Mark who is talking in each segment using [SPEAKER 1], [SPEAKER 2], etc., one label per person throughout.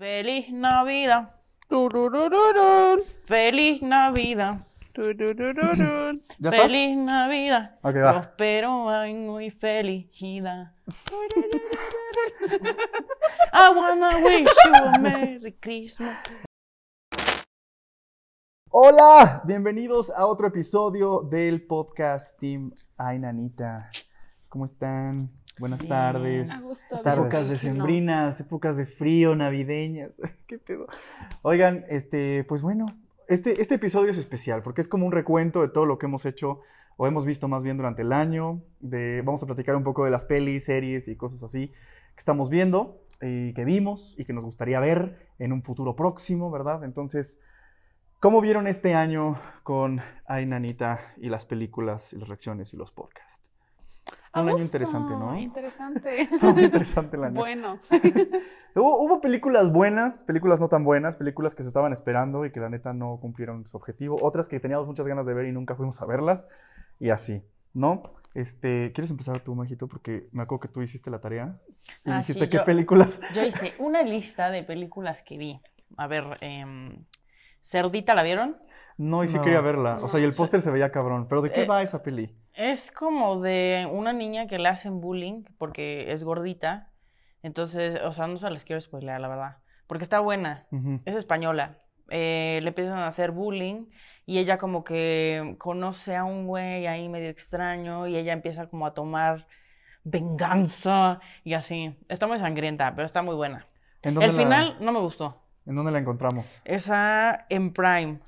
[SPEAKER 1] Feliz Navidad,
[SPEAKER 2] Tururururun,
[SPEAKER 1] feliz Navidad,
[SPEAKER 2] tururururun.
[SPEAKER 3] ¿Ya estás?
[SPEAKER 1] feliz Navidad.
[SPEAKER 3] Ok, va.
[SPEAKER 1] Prospero año y felicidad. I wanna wish you a Merry Christmas.
[SPEAKER 3] Hola, bienvenidos a otro episodio del podcast Team Ay Nanita. ¿Cómo están? Buenas
[SPEAKER 1] Bien.
[SPEAKER 3] tardes.
[SPEAKER 2] A gusto,
[SPEAKER 3] Estas
[SPEAKER 2] bien.
[SPEAKER 3] épocas
[SPEAKER 2] No.
[SPEAKER 3] decembrinas, épocas de frío, navideñas. ¿Qué pedo? Oigan, este, pues bueno, este, este episodio es especial porque es como un recuento de todo lo que hemos hecho o hemos visto más bien durante el año. De, vamos a platicar un poco de las pelis, series y cosas así que estamos viendo y que vimos y que nos gustaría ver en un futuro próximo, ¿verdad? Entonces, ¿cómo vieron este año con Ay Nanita y las películas y las reacciones y los podcasts?
[SPEAKER 2] A
[SPEAKER 3] Un año
[SPEAKER 2] gusto,
[SPEAKER 3] interesante, ¿no?
[SPEAKER 2] Interesante.
[SPEAKER 3] Fue muy interesante el año.
[SPEAKER 2] Bueno,
[SPEAKER 3] Hubo, hubo películas buenas, películas no tan buenas, películas que se estaban esperando y que la neta no cumplieron su objetivo, otras que teníamos muchas ganas de ver y nunca fuimos a verlas, y así, ¿no? Este, ¿quieres empezar tú, Majito? Porque me acuerdo que tú hiciste la tarea y
[SPEAKER 1] Ah,
[SPEAKER 3] dijiste
[SPEAKER 1] sí,
[SPEAKER 3] qué
[SPEAKER 1] yo-
[SPEAKER 3] películas.
[SPEAKER 1] Yo hice una lista de películas que vi. A ver, em, Cerdita, ¿la vieron?
[SPEAKER 3] No, y sí
[SPEAKER 4] No.
[SPEAKER 3] quería verla. O sea, y el
[SPEAKER 1] No.
[SPEAKER 3] póster se veía cabrón. Pero ¿de qué
[SPEAKER 1] Eh,
[SPEAKER 3] va esa peli?
[SPEAKER 1] Es como de una niña que le hacen bullying porque es gordita. Entonces, o sea, no se las quiero spoilear, la verdad. Porque está buena.
[SPEAKER 3] Ujú.
[SPEAKER 1] Es española. Eh, le empiezan a hacer bullying y ella como que conoce a un güey ahí medio extraño y ella empieza como a tomar venganza y así. Está muy sangrienta, pero está muy buena.
[SPEAKER 3] ¿En dónde
[SPEAKER 1] El
[SPEAKER 3] la-
[SPEAKER 1] final no me gustó.
[SPEAKER 3] ¿En dónde la encontramos?
[SPEAKER 1] Esa en Prime.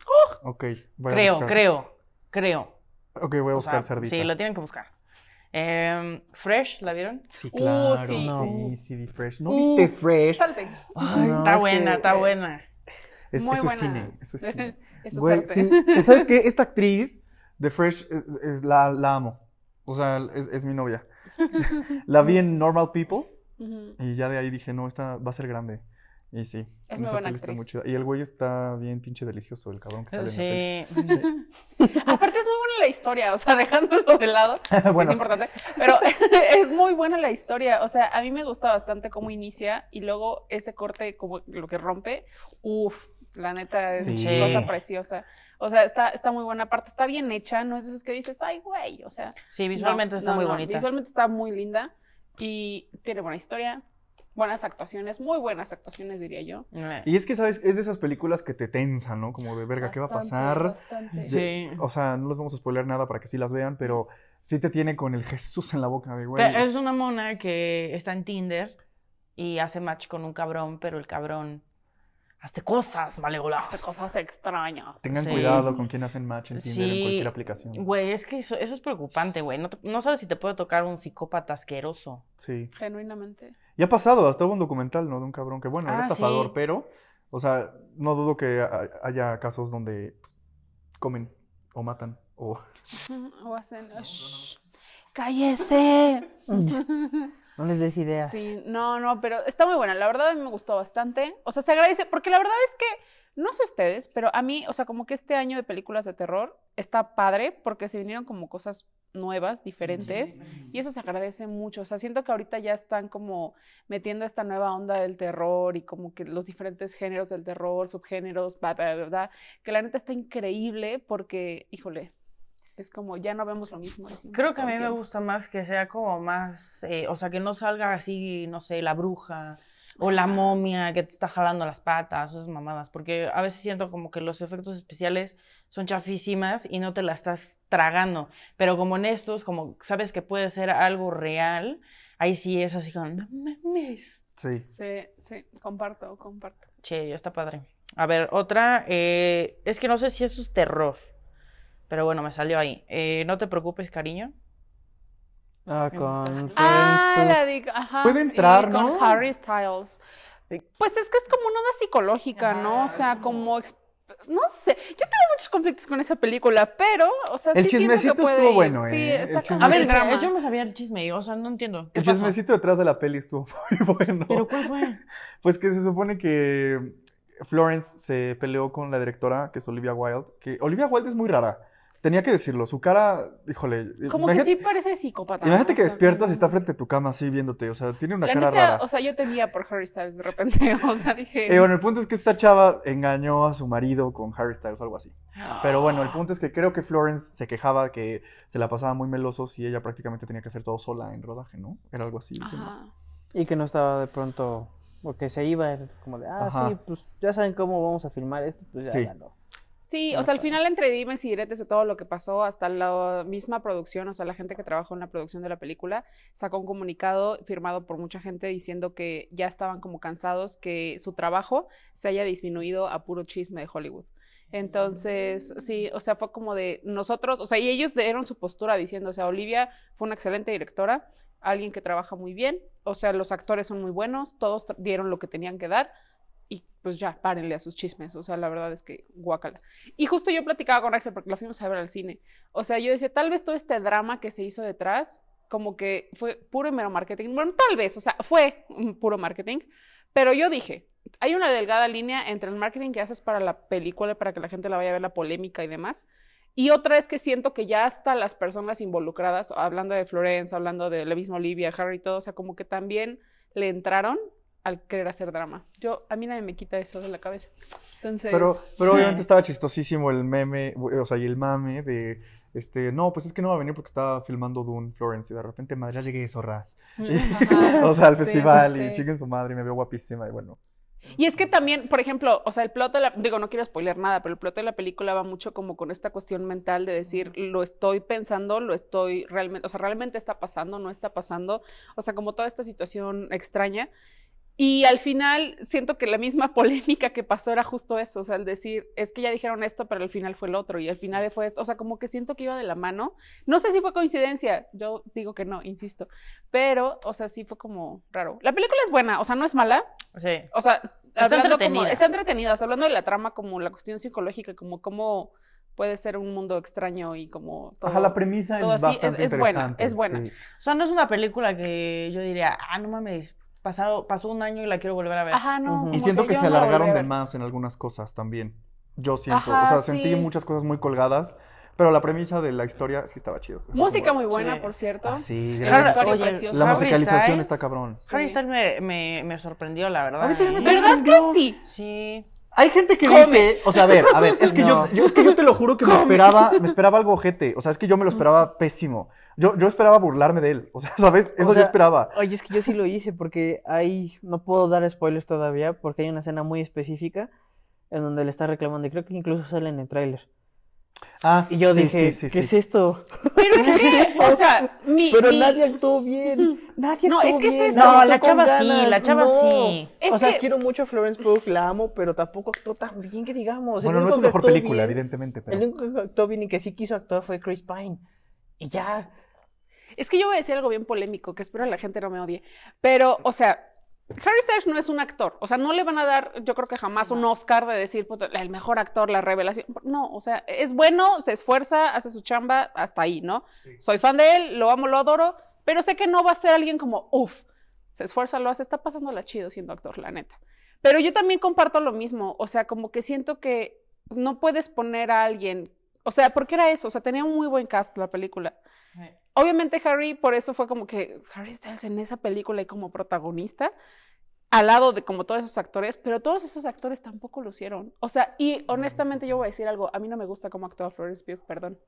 [SPEAKER 3] Ok, voy a
[SPEAKER 1] Creo,
[SPEAKER 3] buscar.
[SPEAKER 1] creo, creo.
[SPEAKER 3] Ok, voy a
[SPEAKER 1] O sea,
[SPEAKER 3] buscar Cerdita.
[SPEAKER 1] Sí, lo tienen que buscar. Em, Fresh, ¿la vieron?
[SPEAKER 3] Sí,
[SPEAKER 2] Uh,
[SPEAKER 3] claro.
[SPEAKER 2] sí.
[SPEAKER 3] sí,
[SPEAKER 4] No.
[SPEAKER 3] sí, vi Fresh. ¿No
[SPEAKER 1] Uh.
[SPEAKER 3] viste Fresh?
[SPEAKER 2] salte.
[SPEAKER 3] Ay,
[SPEAKER 4] No,
[SPEAKER 1] está
[SPEAKER 3] es que- eh,
[SPEAKER 1] buena, está buena.
[SPEAKER 3] Es,
[SPEAKER 2] Muy
[SPEAKER 3] eso
[SPEAKER 2] buena.
[SPEAKER 3] es cine, eso es cine.
[SPEAKER 2] Eso
[SPEAKER 3] Güey,
[SPEAKER 2] es arte.
[SPEAKER 3] sí, Eh, ¿Sabes qué? Esta actriz de Fresh es- es- la, la amo. O sea, es, es mi novia. la vi en Normal People
[SPEAKER 2] Ujú.
[SPEAKER 3] y ya de ahí dije, no, esta va a ser grande. Y sí. en
[SPEAKER 2] Es muy
[SPEAKER 3] esa
[SPEAKER 2] buena
[SPEAKER 3] peli está
[SPEAKER 2] actriz.
[SPEAKER 3] muy chida. Y el güey está bien pinche delicioso, el cabrón que sale en
[SPEAKER 1] Sí.
[SPEAKER 3] la peli. Sí.
[SPEAKER 2] Aparte es muy buena la historia, o sea, dejando eso de lado, sí
[SPEAKER 3] Bueno,
[SPEAKER 2] es importante, pero es muy buena la historia, o sea, a mí me gusta bastante cómo inicia y luego ese corte, como lo que rompe, uff, la neta es
[SPEAKER 3] Sí.
[SPEAKER 2] cosa preciosa, o sea, está, está muy buena, aparte está bien hecha, no es de esas que dices, ay, güey, o sea,
[SPEAKER 1] Sí, visualmente
[SPEAKER 2] No,
[SPEAKER 1] está
[SPEAKER 2] no,
[SPEAKER 1] muy
[SPEAKER 2] no,
[SPEAKER 1] bonita.
[SPEAKER 2] Visualmente está muy linda y tiene buena historia, buenas actuaciones, muy buenas actuaciones, diría yo.
[SPEAKER 1] Eh,
[SPEAKER 3] Y es que, ¿sabes? Es de esas películas que te tensan, ¿no? Como de verga, ¿qué va a
[SPEAKER 2] Bastante,
[SPEAKER 3] pasar?
[SPEAKER 2] bastante.
[SPEAKER 1] Sí.
[SPEAKER 3] De- o sea, no les vamos a spoiler nada para que sí las vean, pero sí te tiene con el Jesús en la boca de güey.
[SPEAKER 1] Pero es una mona que está en Tinder y hace match con un cabrón, pero el cabrón hace cosas malévolas.
[SPEAKER 2] Hace cosas extrañas.
[SPEAKER 3] Tengan
[SPEAKER 1] Sí.
[SPEAKER 3] cuidado con quién hacen match en Tinder
[SPEAKER 1] Sí.
[SPEAKER 3] en cualquier aplicación.
[SPEAKER 1] Güey, es que eso, eso es preocupante, güey. No, te- no sabes si te puede tocar un psicópata asqueroso.
[SPEAKER 3] Sí.
[SPEAKER 2] Genuinamente.
[SPEAKER 3] Y ha pasado, hasta hubo un documental, ¿no? De un cabrón que, bueno,
[SPEAKER 1] Ah,
[SPEAKER 3] era estafador,
[SPEAKER 1] sí.
[SPEAKER 3] pero, o sea, no dudo que ha- haya casos donde pues, comen o matan o...
[SPEAKER 2] O hacen. "Shh, ¡Cállese!
[SPEAKER 4] No les des ideas.
[SPEAKER 2] Sí, no, no, pero está muy buena. La verdad a mí me gustó bastante. O sea, se agradece, porque la verdad es que, no sé ustedes, pero a mí, o sea, como que este año de películas de terror está padre porque se vinieron como cosas nuevas, diferentes, y eso se agradece mucho. O sea, siento que ahorita ya están como metiendo esta nueva onda del terror y como que los diferentes géneros del terror, subgéneros, bla, bla, bla, bla, que la neta está increíble porque, híjole, es como ya no vemos lo mismo. de siempre
[SPEAKER 1] Creo que a
[SPEAKER 2] todo
[SPEAKER 1] mí
[SPEAKER 2] el
[SPEAKER 1] me
[SPEAKER 2] tiempo.
[SPEAKER 1] gusta más que sea como más, eh, o sea, que no salga así, no sé, la bruja o la momia que te está jalando las patas, esas mamadas, porque a veces siento como que los efectos especiales son chafísimas y no te la estás tragando, pero como en estos, como sabes que puede ser algo real, ahí sí es así como, no mames.
[SPEAKER 3] Sí.
[SPEAKER 2] Sí, sí, comparto, comparto.
[SPEAKER 1] Che, ya está padre. A ver, otra, eh, es que no sé si eso es terror, pero bueno, me salió ahí. Eh, no te preocupes, cariño.
[SPEAKER 4] Ah,
[SPEAKER 1] Me gusta.
[SPEAKER 4] con
[SPEAKER 2] Ah,
[SPEAKER 4] Facebook.
[SPEAKER 2] la de, ajá.
[SPEAKER 3] Puede
[SPEAKER 2] y
[SPEAKER 3] entrar,
[SPEAKER 2] con
[SPEAKER 3] ¿no?
[SPEAKER 2] Harry Styles. Pues es que es como una onda psicológica, ¿no? O sea, como ex- no sé, yo tengo muchos conflictos con esa película, pero, o sea,
[SPEAKER 3] El
[SPEAKER 2] sí siento que
[SPEAKER 3] chismecito
[SPEAKER 2] puede
[SPEAKER 3] estuvo
[SPEAKER 2] ir.
[SPEAKER 3] bueno, ¿eh?
[SPEAKER 2] Sí,
[SPEAKER 3] El
[SPEAKER 2] está como
[SPEAKER 3] chismecito.
[SPEAKER 1] A ver,
[SPEAKER 2] el drama.
[SPEAKER 1] yo no sabía el chisme, o sea, no entiendo. ¿Qué
[SPEAKER 3] El
[SPEAKER 1] pasó?
[SPEAKER 3] chismecito detrás de la peli estuvo muy bueno.
[SPEAKER 1] ¿Pero cuál fue?
[SPEAKER 3] Pues que se supone que Florence se peleó con la directora, que es Olivia Wilde, que Olivia Wilde es muy rara. Tenía que decirlo, su cara, híjole.
[SPEAKER 2] Como que sí parece psicópata. ¿no?
[SPEAKER 3] Imagínate que
[SPEAKER 2] O sea,
[SPEAKER 3] despiertas y
[SPEAKER 2] no-
[SPEAKER 3] está frente a tu cama así viéndote, o sea, tiene una
[SPEAKER 2] La
[SPEAKER 3] cara
[SPEAKER 2] neta,
[SPEAKER 3] rara.
[SPEAKER 2] o sea, yo temía por Harry Styles de repente. O sea, dije.
[SPEAKER 3] Eh, bueno, el punto es que esta chava engañó a su marido con Harry Styles o algo así. Pero bueno, el punto es que creo que Florence se quejaba que se la pasaba muy melosos y ella prácticamente tenía que hacer todo sola en rodaje, ¿no? Era algo así. ¿no?
[SPEAKER 2] Ajá.
[SPEAKER 4] Y que no estaba de pronto, porque se iba era como de, ah,
[SPEAKER 3] Ajá.
[SPEAKER 4] sí, pues ya saben cómo vamos a filmar esto, pues ya
[SPEAKER 3] Sí.
[SPEAKER 4] dalo.
[SPEAKER 2] Sí,
[SPEAKER 4] No
[SPEAKER 2] o sea, al
[SPEAKER 4] sé.
[SPEAKER 2] final entre dimes y diretes de todo lo que pasó, hasta la misma producción, o sea, la gente que trabajó en la producción de la película, sacó un comunicado firmado por mucha gente diciendo que ya estaban como cansados que su trabajo se haya disminuido a puro chisme de Hollywood. Entonces, sí, o sea, fue como de nosotros, o sea, y ellos dieron su postura diciendo, o sea, Olivia fue una excelente directora, alguien que trabaja muy bien, o sea, los actores son muy buenos, todos tra- dieron lo que tenían que dar y pues ya, párenle a sus chismes, o sea, la verdad es que guácala. Y justo yo platicaba con Axel porque la fuimos a ver al cine, o sea, yo decía, tal vez todo este drama que se hizo detrás, como que fue puro y mero marketing, bueno, tal vez, o sea, fue mm, puro marketing, pero yo dije, hay una delgada línea entre el marketing que haces para la película, para que la gente la vaya a ver, la polémica y demás. Y otra es que siento que ya hasta las personas involucradas, hablando de Florence, hablando de la misma Olivia, Harry y todo, o sea, como que también le entraron al querer hacer drama. Yo, a mí nadie me quita eso de la cabeza. Entonces,
[SPEAKER 3] Pero, pero obviamente estaba chistosísimo el meme, o sea, y el mame de, este, no, pues es que no va a venir porque estaba filmando Dune, Florence, y de repente, madre, ya llegué, zorras.
[SPEAKER 2] Mm, Ajá.
[SPEAKER 3] o sea, al
[SPEAKER 2] Sí,
[SPEAKER 3] festival,
[SPEAKER 2] sí,
[SPEAKER 3] y
[SPEAKER 2] sí.
[SPEAKER 3] chiquen su madre, y me veo guapísima, y bueno.
[SPEAKER 2] Y es que también, por ejemplo, o sea, el plot de la, digo, no quiero spoiler nada, pero el plot de la película va mucho como con esta cuestión mental de decir, lo estoy pensando, lo estoy realmente, o sea, realmente está pasando, no está pasando, o sea, como toda esta situación extraña. Y al final siento que la misma polémica que pasó era justo eso, o sea, el decir, es que ya dijeron esto, pero al final fue el otro y al final fue esto, o sea, como que siento que iba de la mano. No sé si fue coincidencia, yo digo que no, insisto, pero, o sea, sí fue como raro. La película es buena, o sea, no es mala,
[SPEAKER 1] Sí.
[SPEAKER 2] o sea, hablando como-
[SPEAKER 1] entretenida.
[SPEAKER 2] está entretenida. o sea, hablando de la trama, como la cuestión psicológica, como cómo puede ser un mundo extraño y como todo.
[SPEAKER 3] Ajá, la premisa
[SPEAKER 2] todo
[SPEAKER 3] es
[SPEAKER 2] así, es-
[SPEAKER 3] bastante
[SPEAKER 2] es buena,
[SPEAKER 3] interesante.
[SPEAKER 2] es buena.
[SPEAKER 3] sí.
[SPEAKER 1] O sea, no es una película que yo diría, ah, no mames, pasado, pasó un año y la quiero volver a ver.
[SPEAKER 2] Ajá, no.
[SPEAKER 4] Ujú.
[SPEAKER 2] como
[SPEAKER 3] Y siento que,
[SPEAKER 2] yo
[SPEAKER 3] se
[SPEAKER 2] no la volví
[SPEAKER 3] alargaron
[SPEAKER 2] a
[SPEAKER 3] de
[SPEAKER 2] ver.
[SPEAKER 3] más en algunas cosas también. Yo siento. o
[SPEAKER 2] Ajá,
[SPEAKER 3] sea, sentí
[SPEAKER 2] sí.
[SPEAKER 3] muchas cosas muy colgadas, pero la premisa de la historia sí estaba chido.
[SPEAKER 2] Música muy buena,
[SPEAKER 1] Sí.
[SPEAKER 2] por cierto.
[SPEAKER 3] Ah, sí,
[SPEAKER 2] El
[SPEAKER 3] gracias.
[SPEAKER 1] Claro,
[SPEAKER 2] vestuario
[SPEAKER 1] oye,
[SPEAKER 2] precioso.
[SPEAKER 3] La
[SPEAKER 1] Harry
[SPEAKER 3] musicalización
[SPEAKER 1] Styles.
[SPEAKER 3] está cabrón.
[SPEAKER 1] Harry
[SPEAKER 2] Sí.
[SPEAKER 1] Styles me, me- me sorprendió, la verdad.
[SPEAKER 3] Ahorita yo me
[SPEAKER 1] ¿eh?
[SPEAKER 3] sorprendí.
[SPEAKER 2] ¿Verdad que sí?
[SPEAKER 1] Sí.
[SPEAKER 3] Hay gente que
[SPEAKER 2] Come.
[SPEAKER 3] dice, o sea, a ver, a ver, es que
[SPEAKER 4] No.
[SPEAKER 3] yo, yo- es que yo te lo juro que me esperaba, me esperaba algo ojete, o sea, es que yo me lo esperaba pésimo. Yo, yo esperaba burlarme de él, o sea, ¿sabes? Eso
[SPEAKER 4] O sea,
[SPEAKER 3] yo esperaba.
[SPEAKER 4] Oye, es que yo sí lo hice porque hay, no puedo dar spoilers todavía porque hay una escena muy específica en donde le está reclamando y creo que incluso sale en el tráiler.
[SPEAKER 3] Ah,
[SPEAKER 4] Y yo
[SPEAKER 3] sí,
[SPEAKER 4] dije,
[SPEAKER 3] sí, sí,
[SPEAKER 4] ¿qué
[SPEAKER 3] sí.
[SPEAKER 4] es esto?
[SPEAKER 2] Pero es
[SPEAKER 4] ¿Qué es
[SPEAKER 2] que,
[SPEAKER 4] esto?
[SPEAKER 2] o sea, mi.
[SPEAKER 4] Pero
[SPEAKER 2] mi-
[SPEAKER 4] nadie actuó bien, nadie
[SPEAKER 2] No,
[SPEAKER 4] actuó
[SPEAKER 2] es que es
[SPEAKER 4] bien,
[SPEAKER 2] eso.
[SPEAKER 1] No,
[SPEAKER 4] nadie actuó
[SPEAKER 1] la
[SPEAKER 4] con
[SPEAKER 1] chava sí,
[SPEAKER 4] ganas,
[SPEAKER 1] la chava
[SPEAKER 4] no.
[SPEAKER 1] sí.
[SPEAKER 2] Es
[SPEAKER 5] o sea,
[SPEAKER 2] que-
[SPEAKER 5] quiero mucho a Florence Pugh, la amo, pero tampoco actuó tan bien que digamos. El
[SPEAKER 3] Bueno, no
[SPEAKER 5] único
[SPEAKER 3] es su
[SPEAKER 5] que
[SPEAKER 3] mejor
[SPEAKER 5] actuó
[SPEAKER 3] película,
[SPEAKER 5] bien-
[SPEAKER 3] evidentemente, pero...
[SPEAKER 5] El único que actuó bien y que sí quiso actuar fue Chris Pine. Y ya.
[SPEAKER 2] Es que yo voy a decir algo bien polémico, que espero la gente no me odie. Pero, o sea, Harry Styles no es un actor. O sea, no le van a dar, yo creo que jamás un Oscar de decir, puta, el mejor actor, la revelación. No, o sea, es bueno, se esfuerza, hace su chamba, hasta ahí, ¿no? Soy fan de él, lo amo, lo adoro, pero sé que no va a ser alguien como, uff, se esfuerza, lo hace, está pasándola chido siendo actor, la neta. Pero yo también comparto lo mismo, o sea, como que siento que no puedes poner a alguien, o sea, porque era eso, o sea, tenía un muy buen cast la película. Obviamente Harry, por eso fue como que Harry Styles en esa película y como protagonista, al lado de como todos esos actores, pero todos esos actores tampoco lo hicieron. O sea, y honestamente yo voy a decir algo, a mí no me gusta cómo actúa Florence Pugh, perdón.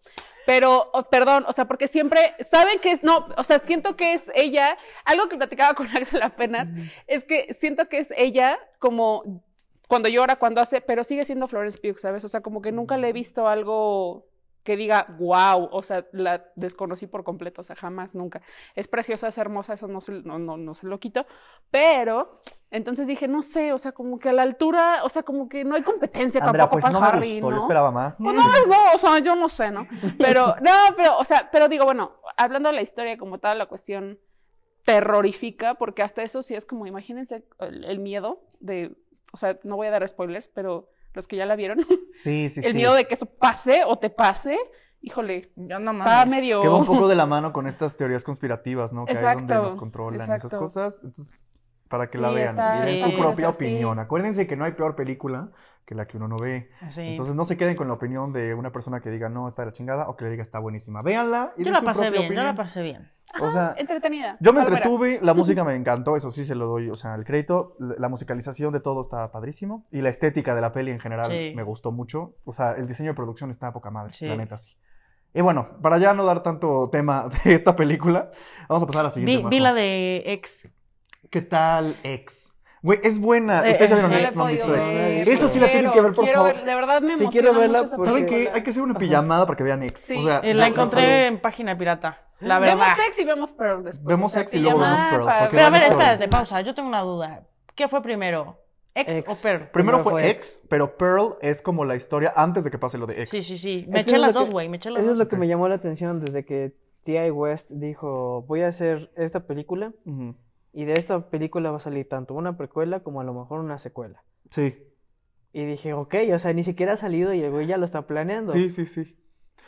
[SPEAKER 2] Pero, oh, perdón, o sea, porque siempre, ¿saben que es? No, o sea, siento que es ella, algo que platicaba con Axel apenas, es que siento que es ella como cuando llora, cuando hace, pero sigue siendo Florence Pugh, ¿sabes? O sea, como que nunca le he visto algo que diga, wow, o sea, la desconocí por completo, o sea, jamás, nunca. Es preciosa, es hermosa, eso no se, no, no, no se lo quito, pero entonces dije, no sé, o sea, como que a la altura, o sea, como que no hay competencia
[SPEAKER 3] Andrea,
[SPEAKER 2] tampoco
[SPEAKER 3] pues
[SPEAKER 2] para
[SPEAKER 3] no
[SPEAKER 2] Harry,
[SPEAKER 3] me gustó,
[SPEAKER 2] ¿no?
[SPEAKER 3] yo esperaba más.
[SPEAKER 2] Pues no, pues no, o sea, yo no sé, ¿no? Pero, no, pero, o sea, pero digo, bueno, hablando de la historia como tal, la cuestión terrorífica, porque hasta eso sí es como, imagínense el, el miedo de, o sea, no voy a dar spoilers, pero los que ya la vieron,
[SPEAKER 3] Sí, sí,
[SPEAKER 2] el
[SPEAKER 3] sí.
[SPEAKER 2] miedo de que eso pase o te pase, híjole,
[SPEAKER 1] Yo no
[SPEAKER 2] está
[SPEAKER 1] mames.
[SPEAKER 2] medio...
[SPEAKER 3] Que va un poco de la mano con estas teorías conspirativas, ¿no? Que ahí es donde
[SPEAKER 2] Exacto,
[SPEAKER 3] nos controlan esas
[SPEAKER 2] exacto.
[SPEAKER 3] cosas. Entonces, para que
[SPEAKER 2] Sí,
[SPEAKER 3] la vean.
[SPEAKER 2] está-
[SPEAKER 3] y den
[SPEAKER 1] está
[SPEAKER 3] su propia
[SPEAKER 2] curiosa, sí.
[SPEAKER 3] opinión. Acuérdense que no hay peor película que la que uno no ve.
[SPEAKER 1] Sí.
[SPEAKER 3] Entonces no se queden con la opinión de una persona que diga no, está de la chingada o que le diga está buenísima. Véanla y
[SPEAKER 1] yo
[SPEAKER 3] den
[SPEAKER 1] la
[SPEAKER 3] su
[SPEAKER 1] pasé
[SPEAKER 3] propia
[SPEAKER 1] bien, yo la
[SPEAKER 3] opinión.
[SPEAKER 1] pasé bien.
[SPEAKER 3] O
[SPEAKER 2] Ah,
[SPEAKER 3] sea,
[SPEAKER 2] Entretenida.
[SPEAKER 3] yo me
[SPEAKER 2] palomera.
[SPEAKER 3] entretuve, la música me encantó, eso sí se lo doy, o sea, el crédito, la la musicalización de todo está padrísimo y la estética de la peli en general
[SPEAKER 1] Sí.
[SPEAKER 3] me gustó mucho, o sea, el diseño de producción está a poca madre,
[SPEAKER 1] Sí.
[SPEAKER 3] la neta sí. Y bueno, para ya no dar tanto tema de esta película, vamos a pasar a la siguiente.
[SPEAKER 1] Vi, vi
[SPEAKER 3] Majo.
[SPEAKER 1] la de ex.
[SPEAKER 3] ¿Qué tal Ex? Güey, es buena. Ustedes ya
[SPEAKER 1] eh,
[SPEAKER 3] vieron
[SPEAKER 2] No
[SPEAKER 3] Ex,
[SPEAKER 2] la he
[SPEAKER 3] no han
[SPEAKER 2] podido
[SPEAKER 3] visto Ex.
[SPEAKER 2] ver.
[SPEAKER 3] Esa sí la tienen que ver, por
[SPEAKER 2] quiero
[SPEAKER 3] favor.
[SPEAKER 2] ver, de verdad me
[SPEAKER 4] Sí,
[SPEAKER 2] emociona
[SPEAKER 4] quiero verla
[SPEAKER 2] mucho esa
[SPEAKER 4] porque-
[SPEAKER 3] ¿Saben qué?
[SPEAKER 2] película.
[SPEAKER 3] Hay que hacer una
[SPEAKER 4] Ajá.
[SPEAKER 3] pijamada para que vean Ex.
[SPEAKER 2] Sí.
[SPEAKER 3] O sea,
[SPEAKER 1] Eh, la
[SPEAKER 3] yo-
[SPEAKER 1] encontré en página pirata, la verdad.
[SPEAKER 2] Vemos sex y vemos Pearl después.
[SPEAKER 3] Vemos
[SPEAKER 2] o sea,
[SPEAKER 3] sex y luego vemos
[SPEAKER 2] pijamada
[SPEAKER 3] Pearl,
[SPEAKER 2] para
[SPEAKER 3] porque
[SPEAKER 1] Pero a ver,
[SPEAKER 3] Vamos a ver.
[SPEAKER 1] espérate, pausa. Yo tengo una duda. ¿Qué fue primero? ¿Ex,
[SPEAKER 4] Ex.
[SPEAKER 1] o Pearl?
[SPEAKER 3] Primero fue
[SPEAKER 4] fue
[SPEAKER 3] Ex, pero Pearl es como la historia antes de que pase lo de Ex.
[SPEAKER 1] Sí, sí, sí. Me
[SPEAKER 4] Es que
[SPEAKER 1] eché
[SPEAKER 4] es
[SPEAKER 1] las
[SPEAKER 4] lo
[SPEAKER 1] dos,
[SPEAKER 4] que-
[SPEAKER 1] güey. Me eché las
[SPEAKER 4] Eso es
[SPEAKER 1] dos.
[SPEAKER 4] lo que me llamó la atención desde que T.I. West dijo, voy a hacer esta película
[SPEAKER 3] Ujú.
[SPEAKER 4] y de esta película va a salir tanto una precuela como a lo mejor una secuela.
[SPEAKER 3] Sí.
[SPEAKER 4] Y dije, ok, o sea, ni siquiera ha salido y el güey ya lo está planeando.
[SPEAKER 3] Sí, sí, sí.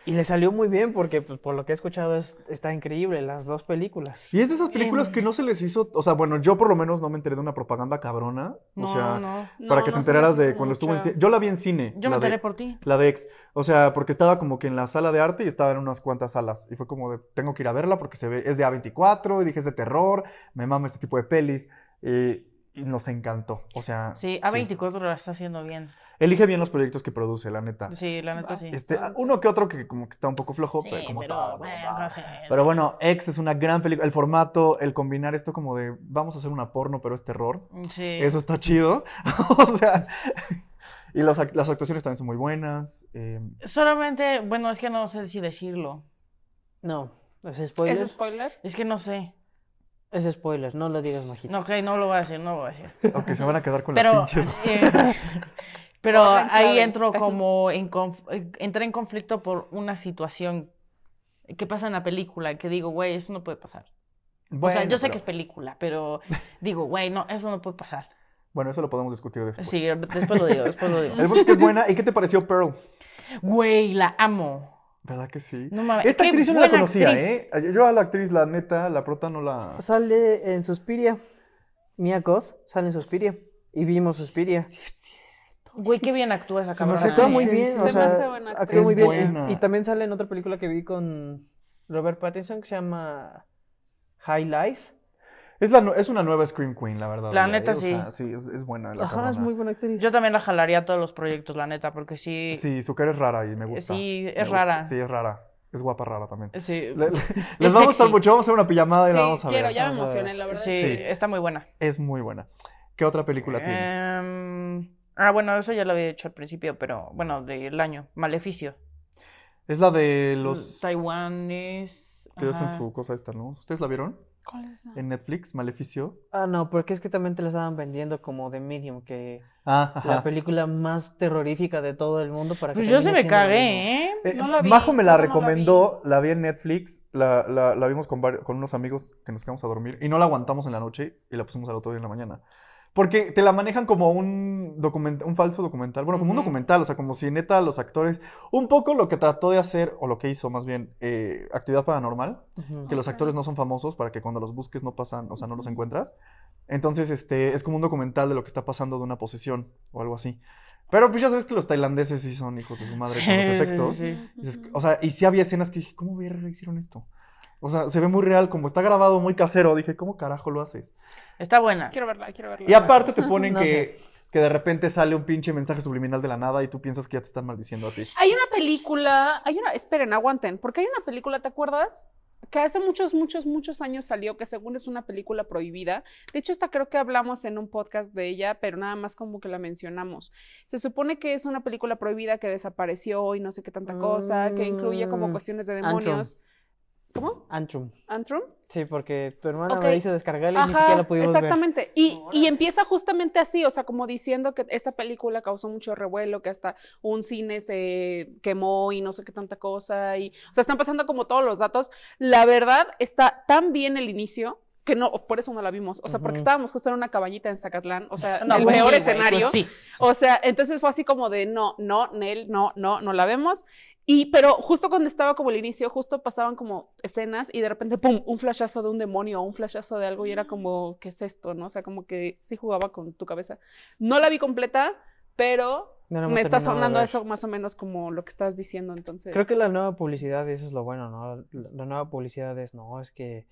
[SPEAKER 4] Y le salió muy bien porque, pues, por lo que he escuchado, es- está increíble las dos películas.
[SPEAKER 3] Y es de esas películas
[SPEAKER 1] Em.
[SPEAKER 3] que no se les hizo, o sea, bueno, yo por lo menos no me enteré de una propaganda cabrona,
[SPEAKER 1] No,
[SPEAKER 3] o sea,
[SPEAKER 1] no.
[SPEAKER 2] No,
[SPEAKER 3] para que
[SPEAKER 2] no
[SPEAKER 3] te
[SPEAKER 2] se
[SPEAKER 3] enteraras
[SPEAKER 2] nos hizo
[SPEAKER 3] de cuando estuvo en
[SPEAKER 2] mucho.
[SPEAKER 3] cine. Yo la vi en cine,
[SPEAKER 1] Yo me
[SPEAKER 3] la,
[SPEAKER 1] enteré
[SPEAKER 3] de,
[SPEAKER 1] por ti.
[SPEAKER 3] la de ex, o sea, porque estaba como que en la sala de arte y estaba en unas cuantas salas y fue como de, tengo que ir a verla porque se ve, es de A24 y dije es de terror, me mama este tipo de pelis eh, y nos encantó, o sea,
[SPEAKER 1] Sí, A24 la está haciendo bien.
[SPEAKER 3] elige bien los proyectos que produce, la neta.
[SPEAKER 1] Sí, la neta sí.
[SPEAKER 3] Este, ah, uno que otro que como que está un poco flojo,
[SPEAKER 1] Sí,
[SPEAKER 3] pero como
[SPEAKER 1] pero,
[SPEAKER 3] todo,
[SPEAKER 1] bueno,
[SPEAKER 3] ¿no?
[SPEAKER 1] sí.
[SPEAKER 3] Pero bueno, Ex es una gran película. El formato, el combinar esto como de vamos a hacer una porno, pero es terror.
[SPEAKER 1] Sí.
[SPEAKER 3] Eso está chido. o sea. Y los ac- las actuaciones también son muy buenas. eh,
[SPEAKER 1] Solamente, bueno, es que no sé si decirlo.
[SPEAKER 4] No, es
[SPEAKER 2] ¿Es
[SPEAKER 4] spoiler.
[SPEAKER 2] spoiler?
[SPEAKER 1] Es que no sé.
[SPEAKER 4] Es spoiler, no lo digas, Majito.
[SPEAKER 1] No, ok, no lo voy a decir, no lo voy a decir.
[SPEAKER 3] aunque se van a quedar con la
[SPEAKER 1] Pero,
[SPEAKER 3] pinche.
[SPEAKER 1] eh, pero
[SPEAKER 2] Orden
[SPEAKER 1] ahí
[SPEAKER 2] clave.
[SPEAKER 1] entro como en conf- eh, entré en conflicto por una situación que pasa en la película, que digo, güey, eso no puede pasar. o sea,
[SPEAKER 3] Bueno,
[SPEAKER 1] yo sé
[SPEAKER 3] pero-
[SPEAKER 1] que es película, pero digo, güey, no, eso no puede pasar.
[SPEAKER 3] Bueno, eso lo podemos discutir después.
[SPEAKER 1] Pues Sí, después lo digo, después lo digo.
[SPEAKER 3] El punto es que es buena. ¿Y qué te pareció Pearl?
[SPEAKER 1] Güey, la amo.
[SPEAKER 3] ¿Verdad que sí?
[SPEAKER 1] No mames,
[SPEAKER 3] Esta
[SPEAKER 1] qué
[SPEAKER 3] actriz yo no la
[SPEAKER 1] buena
[SPEAKER 3] conocía,
[SPEAKER 1] actriz.
[SPEAKER 3] ¿eh? Yo a la actriz, la neta, la prota no la.
[SPEAKER 4] Sale en Suspiria. Mia Goth sale en Suspiria. Y vimos Suspiria.
[SPEAKER 1] Güey, qué bien actúa esa
[SPEAKER 3] Se me
[SPEAKER 1] cabrona.
[SPEAKER 3] hace
[SPEAKER 4] Actúa muy
[SPEAKER 1] ¿eh?
[SPEAKER 3] Sí,
[SPEAKER 4] bien, o
[SPEAKER 2] se me
[SPEAKER 4] sea,
[SPEAKER 2] hace buena
[SPEAKER 4] actúa muy
[SPEAKER 3] actriz.
[SPEAKER 4] bien.
[SPEAKER 3] Es buena.
[SPEAKER 4] Y también sale en otra película que vi con Robert Pattinson que se llama High Life.
[SPEAKER 3] Es, la nu- es una nueva Scream Queen, la verdad.
[SPEAKER 1] La
[SPEAKER 3] ¿eh?
[SPEAKER 1] neta,
[SPEAKER 3] O sea,
[SPEAKER 1] sí.
[SPEAKER 3] sí, es, es buena. Ah, La
[SPEAKER 4] Ajá, es
[SPEAKER 3] cabrona.
[SPEAKER 4] muy buena actriz.
[SPEAKER 1] Yo también la jalaría a todos los proyectos, la neta, porque sí, sí,
[SPEAKER 3] Sí, su cara es rara y me gusta. Me
[SPEAKER 1] es
[SPEAKER 3] gusta.
[SPEAKER 1] rara.
[SPEAKER 3] Sí, es rara. Es guapa rara también.
[SPEAKER 1] Sí,
[SPEAKER 3] Le- le- les va a gustar
[SPEAKER 1] sexy.
[SPEAKER 3] mucho. Vamos a hacer una pijamada y la vamos
[SPEAKER 2] Sí,
[SPEAKER 3] a
[SPEAKER 2] quiero,
[SPEAKER 3] ver.
[SPEAKER 2] ya me
[SPEAKER 3] Vamos a ver.
[SPEAKER 2] emocioné, la verdad.
[SPEAKER 1] sí,
[SPEAKER 3] Sí.
[SPEAKER 1] está muy buena.
[SPEAKER 3] Es muy buena. ¿Qué otra película
[SPEAKER 1] Eh,
[SPEAKER 3] tienes?
[SPEAKER 1] Em, ah, bueno, eso ya lo había dicho al principio, pero bueno, del año. Maleficio.
[SPEAKER 3] Es la de los
[SPEAKER 1] Taiwán es.
[SPEAKER 3] que hacen
[SPEAKER 1] ajá.
[SPEAKER 3] su cosa esta, ¿no? ¿Ustedes la vieron
[SPEAKER 2] ¿Cuál es esa?
[SPEAKER 3] en Netflix? Maleficio.
[SPEAKER 4] Ah, no, porque es que también te la estaban vendiendo como de Medium, que
[SPEAKER 3] Ah,
[SPEAKER 4] la
[SPEAKER 3] ajá.
[SPEAKER 4] película más terrorífica de todo el mundo para que
[SPEAKER 1] Pues yo se
[SPEAKER 4] termine
[SPEAKER 1] me
[SPEAKER 4] siendo lo mismo.
[SPEAKER 1] cagué, ¿eh?
[SPEAKER 3] Eh,
[SPEAKER 2] no la vi,
[SPEAKER 3] Majo me la
[SPEAKER 2] no, no la
[SPEAKER 3] recomendó, la vi. en Netflix, la, la- la vimos con, varios- con unos amigos que nos quedamos a dormir y no la aguantamos en la noche y la pusimos al otro día en la mañana. Porque te la manejan como un, document- un falso documental, bueno, como un
[SPEAKER 1] Ujú.
[SPEAKER 3] documental, o sea, como si neta los actores, un poco lo que trató de hacer, o lo que hizo más bien, eh, actividad paranormal,
[SPEAKER 4] Ujú.
[SPEAKER 3] que los
[SPEAKER 2] Ok.
[SPEAKER 3] actores no son famosos para que cuando los busques no pasan, o sea, no los encuentras. Entonces, este, es como un documental de lo que está pasando de una posesión o algo así. Pero pues ya sabes que los tailandeses sí son hijos de su madre con
[SPEAKER 1] Sí,
[SPEAKER 3] los
[SPEAKER 1] sí,
[SPEAKER 3] efectos.
[SPEAKER 1] sí.
[SPEAKER 2] Mm,
[SPEAKER 3] Dices, O sea, y sí había escenas que dije, ¿cómo verga hicieron esto? O sea, se ve muy real, como está grabado muy casero, dije, ¿cómo carajo lo haces?
[SPEAKER 1] Está buena.
[SPEAKER 2] Quiero verla, quiero verla.
[SPEAKER 3] Y aparte te ponen
[SPEAKER 4] No
[SPEAKER 3] que, que de repente sale un pinche mensaje subliminal de la nada y tú piensas que ya te están maldiciendo a ti.
[SPEAKER 2] Hay una película, hay una, esperen, aguanten, porque hay una película, ¿te acuerdas? Que hace muchos, muchos, muchos años salió, que según es una película prohibida. De hecho, esta creo que hablamos en un podcast de ella, pero nada más como que la mencionamos. Se supone que es una película prohibida que desapareció y no sé qué tanta cosa, que incluye como
[SPEAKER 4] Mm,
[SPEAKER 2] cuestiones de
[SPEAKER 4] Antrim.
[SPEAKER 2] demonios. ¿Cómo?
[SPEAKER 4] Antrum.
[SPEAKER 2] ¿Antrum?
[SPEAKER 4] Sí, porque tu hermana
[SPEAKER 2] Ok.
[SPEAKER 4] me dice descargarla y ni siquiera la pudimos ver.
[SPEAKER 2] exactamente. Y, y empieza justamente así, o sea, como diciendo que esta película causó mucho revuelo, que hasta un cine se quemó y no sé qué tanta cosa. Y, o sea, están pasando como todos los datos. La verdad, está tan bien el inicio que no, por eso no la vimos. O sea, porque
[SPEAKER 4] Ujú.
[SPEAKER 2] estábamos justo en una cabañita en Zacatlán, o sea,
[SPEAKER 1] No,
[SPEAKER 2] el
[SPEAKER 1] pues sí,
[SPEAKER 2] peor
[SPEAKER 1] güey,
[SPEAKER 2] escenario.
[SPEAKER 1] pues sí.
[SPEAKER 2] O sea, entonces fue así como de no, no, Nel, no, no, no la vemos. Y, pero justo cuando estaba como el inicio, justo pasaban como escenas y de repente, ¡pum!, un flashazo de un demonio o un flashazo de algo y era
[SPEAKER 4] Mm.
[SPEAKER 2] como, ¿qué es esto? ¿No? O sea, como que sí jugaba con tu cabeza. No la vi completa, pero
[SPEAKER 4] No la hemos
[SPEAKER 2] me está
[SPEAKER 4] terminado de
[SPEAKER 2] sonando
[SPEAKER 4] ver.
[SPEAKER 2] eso más o menos como lo que estás diciendo, entonces.
[SPEAKER 4] Creo que la nueva publicidad, eso es lo bueno, ¿no? La la nueva publicidad es, no, es que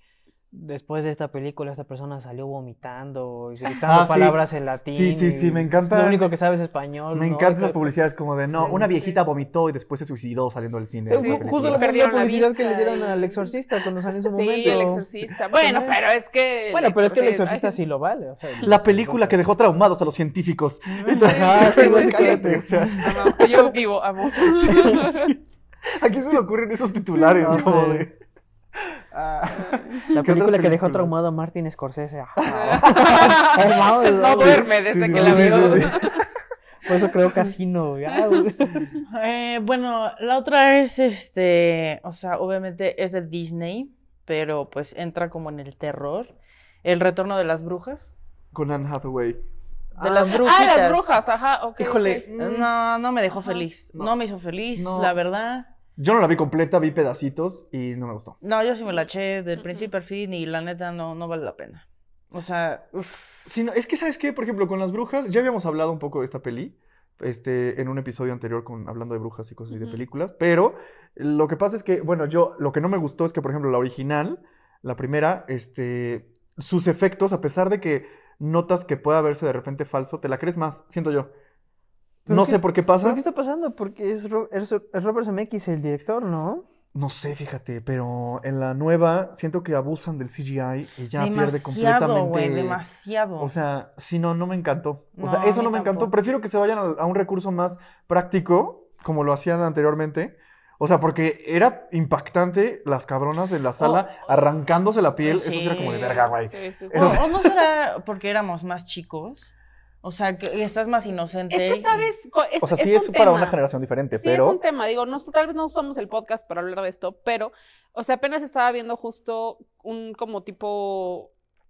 [SPEAKER 4] después de esta película esta persona salió vomitando y gritando
[SPEAKER 3] Ah, sí.
[SPEAKER 4] palabras en latín.
[SPEAKER 3] Sí, sí, sí,
[SPEAKER 4] y
[SPEAKER 3] me encanta-
[SPEAKER 4] Lo único que sabes es español.
[SPEAKER 3] Me
[SPEAKER 4] ¿no?
[SPEAKER 3] encantan
[SPEAKER 4] Que-
[SPEAKER 3] esas publicidades como de, no,
[SPEAKER 2] Sí,
[SPEAKER 3] una
[SPEAKER 2] sí.
[SPEAKER 3] viejita vomitó y después se suicidó saliendo del cine.
[SPEAKER 4] Es
[SPEAKER 2] Sí,
[SPEAKER 3] Una
[SPEAKER 4] Eh,
[SPEAKER 2] sí,
[SPEAKER 4] ju- justo
[SPEAKER 3] película.
[SPEAKER 4] la
[SPEAKER 2] Perdieron
[SPEAKER 4] misma
[SPEAKER 2] la
[SPEAKER 4] publicidad que
[SPEAKER 2] vista
[SPEAKER 4] le dieron
[SPEAKER 2] y-
[SPEAKER 4] al exorcista cuando salió en su
[SPEAKER 2] Sí,
[SPEAKER 4] momento.
[SPEAKER 2] el exorcista. Bueno, pero es que. el
[SPEAKER 4] Bueno, pero es que el
[SPEAKER 2] ay,
[SPEAKER 4] exorcista sí lo vale. o sea,
[SPEAKER 3] La película que dejó traumados a los científicos.
[SPEAKER 4] Ajá, sí,
[SPEAKER 3] Entonces,
[SPEAKER 4] básicamente.
[SPEAKER 3] o sea,
[SPEAKER 2] amo, yo vivo, amo.
[SPEAKER 3] ¿A quién se le ocurren esos titulares?
[SPEAKER 4] No
[SPEAKER 3] Como
[SPEAKER 4] sé.
[SPEAKER 3] de- Ah,
[SPEAKER 4] La
[SPEAKER 3] ¿Qué otras
[SPEAKER 4] película que dejó
[SPEAKER 3] películas?
[SPEAKER 4] traumado a Martin Scorsese. ah,
[SPEAKER 2] no
[SPEAKER 4] sí,
[SPEAKER 2] duerme desde
[SPEAKER 3] Oh, sí,
[SPEAKER 2] que
[SPEAKER 3] sí,
[SPEAKER 2] la
[SPEAKER 3] sí,
[SPEAKER 2] veo.
[SPEAKER 3] sí, sí.
[SPEAKER 4] Por eso creo casino. güey. Ah, güey.
[SPEAKER 1] Eh, bueno, la otra es este, o sea, obviamente es de Disney, pero pues entra como en el terror. El retorno de las brujas.
[SPEAKER 3] Con Anne Hathaway.
[SPEAKER 1] De las
[SPEAKER 2] Ah,
[SPEAKER 1] brujitas.
[SPEAKER 2] las brujas, ajá, ok.
[SPEAKER 3] Híjole,
[SPEAKER 2] ok.
[SPEAKER 1] No, no me dejó
[SPEAKER 2] Ajá.
[SPEAKER 1] feliz.
[SPEAKER 3] No.
[SPEAKER 1] No me hizo feliz,
[SPEAKER 3] No.
[SPEAKER 1] la verdad.
[SPEAKER 3] Yo no la vi completa, vi pedacitos y no me gustó.
[SPEAKER 1] No, yo sí me la eché del
[SPEAKER 2] Mm,
[SPEAKER 1] principio al fin y la neta no, no vale la pena. O sea, uf,
[SPEAKER 3] Sí, no, es que, ¿sabes qué? Por ejemplo, con las brujas, ya habíamos hablado un poco de esta peli, este, en un episodio anterior con, hablando de brujas y cosas así de
[SPEAKER 2] Ujú.
[SPEAKER 3] películas, pero lo que pasa es que, bueno, yo, lo que no me gustó es que, por ejemplo, la original, la primera, este, sus efectos, a pesar de que notas que pueda verse de repente falso, te la crees más, siento yo.
[SPEAKER 4] Pero
[SPEAKER 3] No
[SPEAKER 4] es
[SPEAKER 3] sé
[SPEAKER 4] que-
[SPEAKER 3] por qué pasa.
[SPEAKER 4] ¿Pero qué está pasando? Porque es, Ro- es- es Robert Zemeckis el director, ¿no?
[SPEAKER 3] No sé, fíjate, pero en la nueva siento que abusan del CGI y ya pierde
[SPEAKER 1] demasiado, güey,
[SPEAKER 3] completamente.
[SPEAKER 1] demasiado.
[SPEAKER 3] O sea, sí, no, no me encantó. O sea,
[SPEAKER 1] No, a
[SPEAKER 3] eso
[SPEAKER 1] mí
[SPEAKER 3] no me encantó.
[SPEAKER 1] tampoco.
[SPEAKER 3] Prefiero que se vayan al- a, un recurso más práctico, como lo hacían anteriormente. O sea, porque era impactante las cabronas de la sala arrancándose la piel. Eso sí era como de
[SPEAKER 1] Sí.
[SPEAKER 3] verga, güey.
[SPEAKER 2] Oh, Sí, Oh, sí, sí.
[SPEAKER 1] O, o no será porque éramos más chicos. O sea, que estás más inocente.
[SPEAKER 2] Es que sabes, Co- es,
[SPEAKER 3] O sea,
[SPEAKER 2] es
[SPEAKER 3] sí es,
[SPEAKER 2] un
[SPEAKER 3] para
[SPEAKER 2] tema.
[SPEAKER 3] una generación diferente,
[SPEAKER 2] Sí,
[SPEAKER 3] pero
[SPEAKER 2] es un tema. Digo, no, tal vez no somos el podcast para hablar de esto, pero, o sea, apenas estaba viendo justo un como tipo,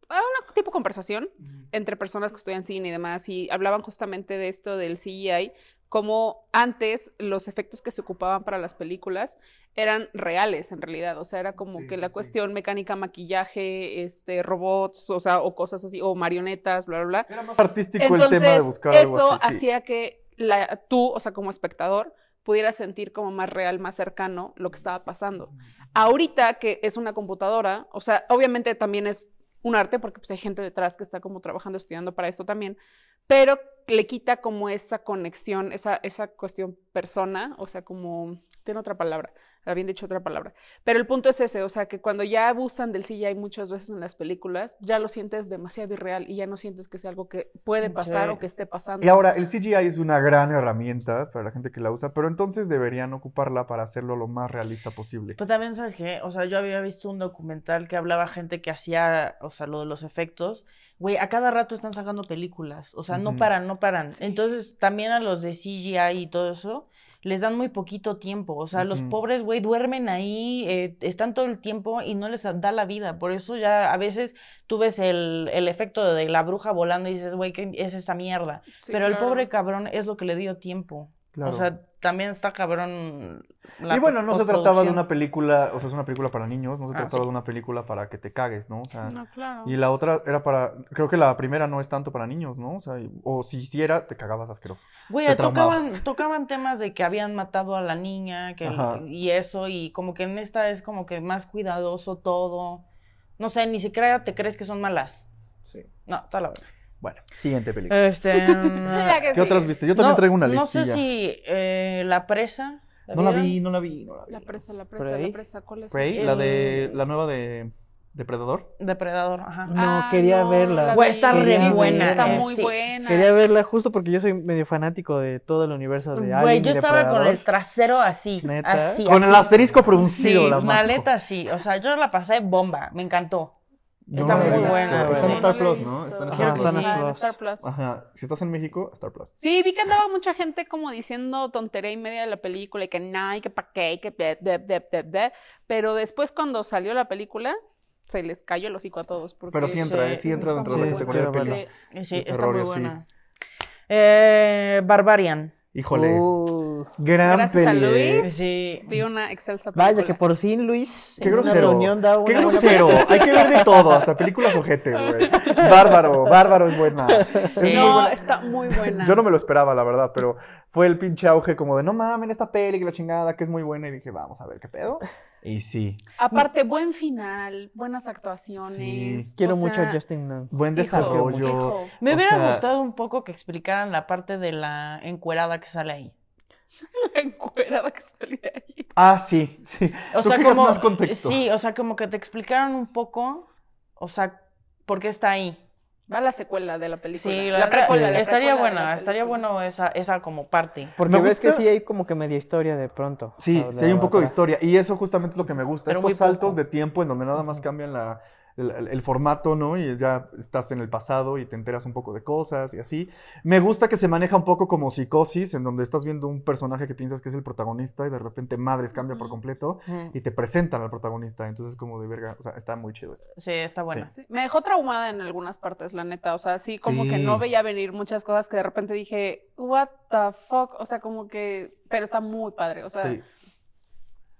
[SPEAKER 2] ah, una tipo conversación entre personas que estudian cine y demás, y hablaban justamente de esto del CGI, como antes los efectos que se ocupaban para las películas eran reales en realidad, o sea, era como
[SPEAKER 3] Sí,
[SPEAKER 2] que
[SPEAKER 3] sí,
[SPEAKER 2] la
[SPEAKER 3] sí.
[SPEAKER 2] cuestión mecánica, maquillaje, este, robots, o sea, o cosas así, o marionetas, bla, bla, bla.
[SPEAKER 3] era más artístico el tema de
[SPEAKER 2] Entonces,
[SPEAKER 3] buscar algo
[SPEAKER 2] eso
[SPEAKER 3] así, sí.
[SPEAKER 2] hacía que la, tú, o sea, como espectador, pudieras sentir como más real, más cercano lo que estaba pasando. Ahorita que es una computadora, o sea, obviamente también es un arte porque pues, hay gente detrás que está como trabajando, estudiando para esto también, pero le quita como esa conexión, esa, esa cuestión persona, o sea, como, tiene otra palabra, habían dicho otra palabra, pero el punto es ese, o sea, que cuando ya abusan del CGI muchas veces en las películas, ya lo sientes demasiado irreal y ya no sientes que sea algo que puede pasar
[SPEAKER 1] Sí.
[SPEAKER 2] o que esté pasando.
[SPEAKER 3] Y ahora, el CGI es una gran herramienta para la gente que la usa, pero entonces deberían ocuparla para hacerlo lo más realista posible.
[SPEAKER 1] Pero también, ¿sabes qué? O sea, yo había visto un documental que hablaba gente que hacía, o sea, lo de los efectos. Güey, a cada rato están sacando películas. O sea, no
[SPEAKER 3] Ujú.
[SPEAKER 1] paran, no paran.
[SPEAKER 2] Sí.
[SPEAKER 1] Entonces, también a los de CGI y todo eso, les dan muy poquito tiempo. O sea, los
[SPEAKER 3] Ujú.
[SPEAKER 1] pobres, güey, duermen ahí, eh, están todo el tiempo y no les da la vida. Por eso ya a veces tú ves el, el efecto de la bruja volando y dices, güey, ¿qué es esta mierda?
[SPEAKER 2] Sí,
[SPEAKER 1] Pero el
[SPEAKER 2] claro.
[SPEAKER 1] pobre cabrón es lo que le dio tiempo.
[SPEAKER 3] Claro.
[SPEAKER 1] O sea, también está cabrón la
[SPEAKER 3] y bueno, no se trataba de
[SPEAKER 1] postproducción.
[SPEAKER 3] una película, o sea, es una película para niños, no se
[SPEAKER 1] Ah, sí.
[SPEAKER 3] trataba de una película para que te cagues, ¿no? O sea,
[SPEAKER 2] No, claro.
[SPEAKER 3] y la otra era para, creo que la primera no es tanto para niños, ¿no? O sea, y- o si hiciera, te cagabas asqueroso.
[SPEAKER 1] Güey,
[SPEAKER 3] Te
[SPEAKER 1] tocaban,
[SPEAKER 3] traumabas.
[SPEAKER 1] tocaban temas de que habían matado a la niña que el-
[SPEAKER 3] Ajá.
[SPEAKER 1] y eso, y como que en esta es como que más cuidadoso todo. No sé, ni siquiera te crees que son malas.
[SPEAKER 3] Sí.
[SPEAKER 1] No, está la verdad.
[SPEAKER 3] Bueno, siguiente película.
[SPEAKER 1] Este.
[SPEAKER 2] La que
[SPEAKER 3] ¿Qué otras
[SPEAKER 2] sigue.
[SPEAKER 3] viste? Yo también
[SPEAKER 1] no-
[SPEAKER 3] traigo una
[SPEAKER 1] No
[SPEAKER 3] listilla.
[SPEAKER 1] sé si eh, La Presa.
[SPEAKER 3] No la
[SPEAKER 1] vieron?
[SPEAKER 3] vi, no la vi, no la vi.
[SPEAKER 2] La presa, la presa,
[SPEAKER 4] Prey.
[SPEAKER 2] la presa, ¿cuál es?
[SPEAKER 3] Prey,
[SPEAKER 2] esa?
[SPEAKER 3] la de, la nueva de Depredador.
[SPEAKER 1] Depredador, ajá.
[SPEAKER 4] No, quería verla.
[SPEAKER 2] Ah, la
[SPEAKER 1] Güey,
[SPEAKER 2] vi.
[SPEAKER 1] está
[SPEAKER 4] re
[SPEAKER 2] Sí,
[SPEAKER 4] buena,
[SPEAKER 2] Está
[SPEAKER 4] eh,
[SPEAKER 2] muy
[SPEAKER 1] sí.
[SPEAKER 2] buena.
[SPEAKER 4] Quería verla justo porque yo soy medio fanático de todo el universo de Alien.
[SPEAKER 1] Güey, yo
[SPEAKER 4] y
[SPEAKER 1] estaba con
[SPEAKER 4] Depredador.
[SPEAKER 1] el trasero así.
[SPEAKER 4] ¿Neta?
[SPEAKER 1] Así.
[SPEAKER 3] Con
[SPEAKER 1] así.
[SPEAKER 3] el asterisco fruncido,
[SPEAKER 1] Sí,
[SPEAKER 3] la mato.
[SPEAKER 1] maleta sí. O sea, yo la pasé bomba. Me encantó.
[SPEAKER 3] Yo
[SPEAKER 1] está
[SPEAKER 3] no la
[SPEAKER 1] muy
[SPEAKER 3] he visto.
[SPEAKER 1] buena,
[SPEAKER 3] Está en
[SPEAKER 1] sí.
[SPEAKER 3] Star
[SPEAKER 2] No la he
[SPEAKER 3] Plus, ¿no? Está en
[SPEAKER 2] visto.
[SPEAKER 3] Star
[SPEAKER 4] Ajá,
[SPEAKER 3] Plus.
[SPEAKER 4] están
[SPEAKER 2] Ah, en
[SPEAKER 4] Plus.
[SPEAKER 2] Star Plus.
[SPEAKER 3] Ajá, si estás en México, Star Plus.
[SPEAKER 2] Sí, vi que andaba mucha gente como diciendo tontería y media de la película y que no, y que pa' qué, y que de, de, de, de, de. Pero después cuando salió la película, se les cayó el hocico a todos. Porque
[SPEAKER 3] Pero sí entra,
[SPEAKER 1] Sí,
[SPEAKER 3] eh, sí entra
[SPEAKER 2] está
[SPEAKER 3] dentro
[SPEAKER 4] muy
[SPEAKER 3] de la
[SPEAKER 4] buena.
[SPEAKER 3] categoría de
[SPEAKER 4] Sí,
[SPEAKER 3] películas.
[SPEAKER 2] Sí.
[SPEAKER 1] Y Sí,
[SPEAKER 3] De
[SPEAKER 1] está
[SPEAKER 3] terror y
[SPEAKER 1] muy
[SPEAKER 3] así.
[SPEAKER 1] buena. Eh, Barbarian.
[SPEAKER 3] Híjole.
[SPEAKER 4] Uh, Uf.
[SPEAKER 3] Gran
[SPEAKER 2] Gracias a
[SPEAKER 3] peli,
[SPEAKER 2] Luis.
[SPEAKER 3] ¿eh?
[SPEAKER 1] Pues Sí.
[SPEAKER 2] Di una excelsa
[SPEAKER 4] Vaya,
[SPEAKER 2] película.
[SPEAKER 4] que por fin, Luis,
[SPEAKER 3] Qué
[SPEAKER 4] en una
[SPEAKER 3] grosero.
[SPEAKER 4] reunión da una...
[SPEAKER 3] Qué
[SPEAKER 4] buena-
[SPEAKER 3] grosero. Hay que ver de todo, hasta películas ojete, güey. Bárbaro, bárbaro es buena. Es muy
[SPEAKER 2] No,
[SPEAKER 3] buena.
[SPEAKER 2] está muy buena.
[SPEAKER 3] Yo no me lo esperaba, la verdad, pero fue el pinche auge como de no mamen esta peli que la chingada, que es muy buena. Y dije, vamos a ver qué pedo. Y sí.
[SPEAKER 2] Aparte, buen final, buenas
[SPEAKER 3] Sí.
[SPEAKER 2] actuaciones.
[SPEAKER 4] Quiero
[SPEAKER 2] o
[SPEAKER 4] mucho a
[SPEAKER 2] sea,
[SPEAKER 4] Justin Long.
[SPEAKER 3] Buen
[SPEAKER 2] hijo,
[SPEAKER 3] desarrollo.
[SPEAKER 2] hijo.
[SPEAKER 1] Me
[SPEAKER 3] O
[SPEAKER 1] hubiera
[SPEAKER 3] sea-
[SPEAKER 1] gustado un poco que explicaran la parte de la encuerada que sale ahí.
[SPEAKER 2] La encuerada que salía ahí.
[SPEAKER 3] Ah, sí, sí.
[SPEAKER 1] O
[SPEAKER 3] Tú
[SPEAKER 1] sea,
[SPEAKER 3] fijas
[SPEAKER 1] como.
[SPEAKER 3] más contexto.
[SPEAKER 1] Sí, o sea, como que te explicaron un poco, o sea, por qué está ahí.
[SPEAKER 2] Va la secuela de la película.
[SPEAKER 1] Sí,
[SPEAKER 2] la,
[SPEAKER 1] la, verdad,
[SPEAKER 2] precuela, la
[SPEAKER 1] estaría
[SPEAKER 2] precuela de la
[SPEAKER 1] buena, estaría
[SPEAKER 2] película.
[SPEAKER 1] bueno esa, esa como parte.
[SPEAKER 4] Porque
[SPEAKER 3] Me
[SPEAKER 4] ves que
[SPEAKER 3] gusta-
[SPEAKER 4] sí hay como que media historia de pronto.
[SPEAKER 3] Sí,
[SPEAKER 4] o sea,
[SPEAKER 3] sí hay un poco de
[SPEAKER 4] atrás.
[SPEAKER 3] historia. Y eso justamente es lo que me gusta.
[SPEAKER 1] Pero muy
[SPEAKER 3] Estos saltos
[SPEAKER 1] poco.
[SPEAKER 3] de tiempo en donde nada más cambian la, el, el- el formato, ¿no? Y ya estás en el pasado y te enteras un poco de cosas y así. Me gusta que se maneja un poco como psicosis, en donde estás viendo un personaje que piensas que es el protagonista y de repente madres cambia por
[SPEAKER 2] Ujú.
[SPEAKER 3] completo
[SPEAKER 1] Ujú.
[SPEAKER 3] y te presentan al protagonista. Entonces, como de verga, o sea, está muy chido eso.
[SPEAKER 1] Sí, está buena.
[SPEAKER 2] Sí, Me dejó traumada en algunas partes, la neta. O sea, sí, como que
[SPEAKER 3] Sí.
[SPEAKER 2] no veía venir muchas cosas que de repente dije, what the fuck. O sea, como que. Pero está muy padre. O sea,
[SPEAKER 3] Sí.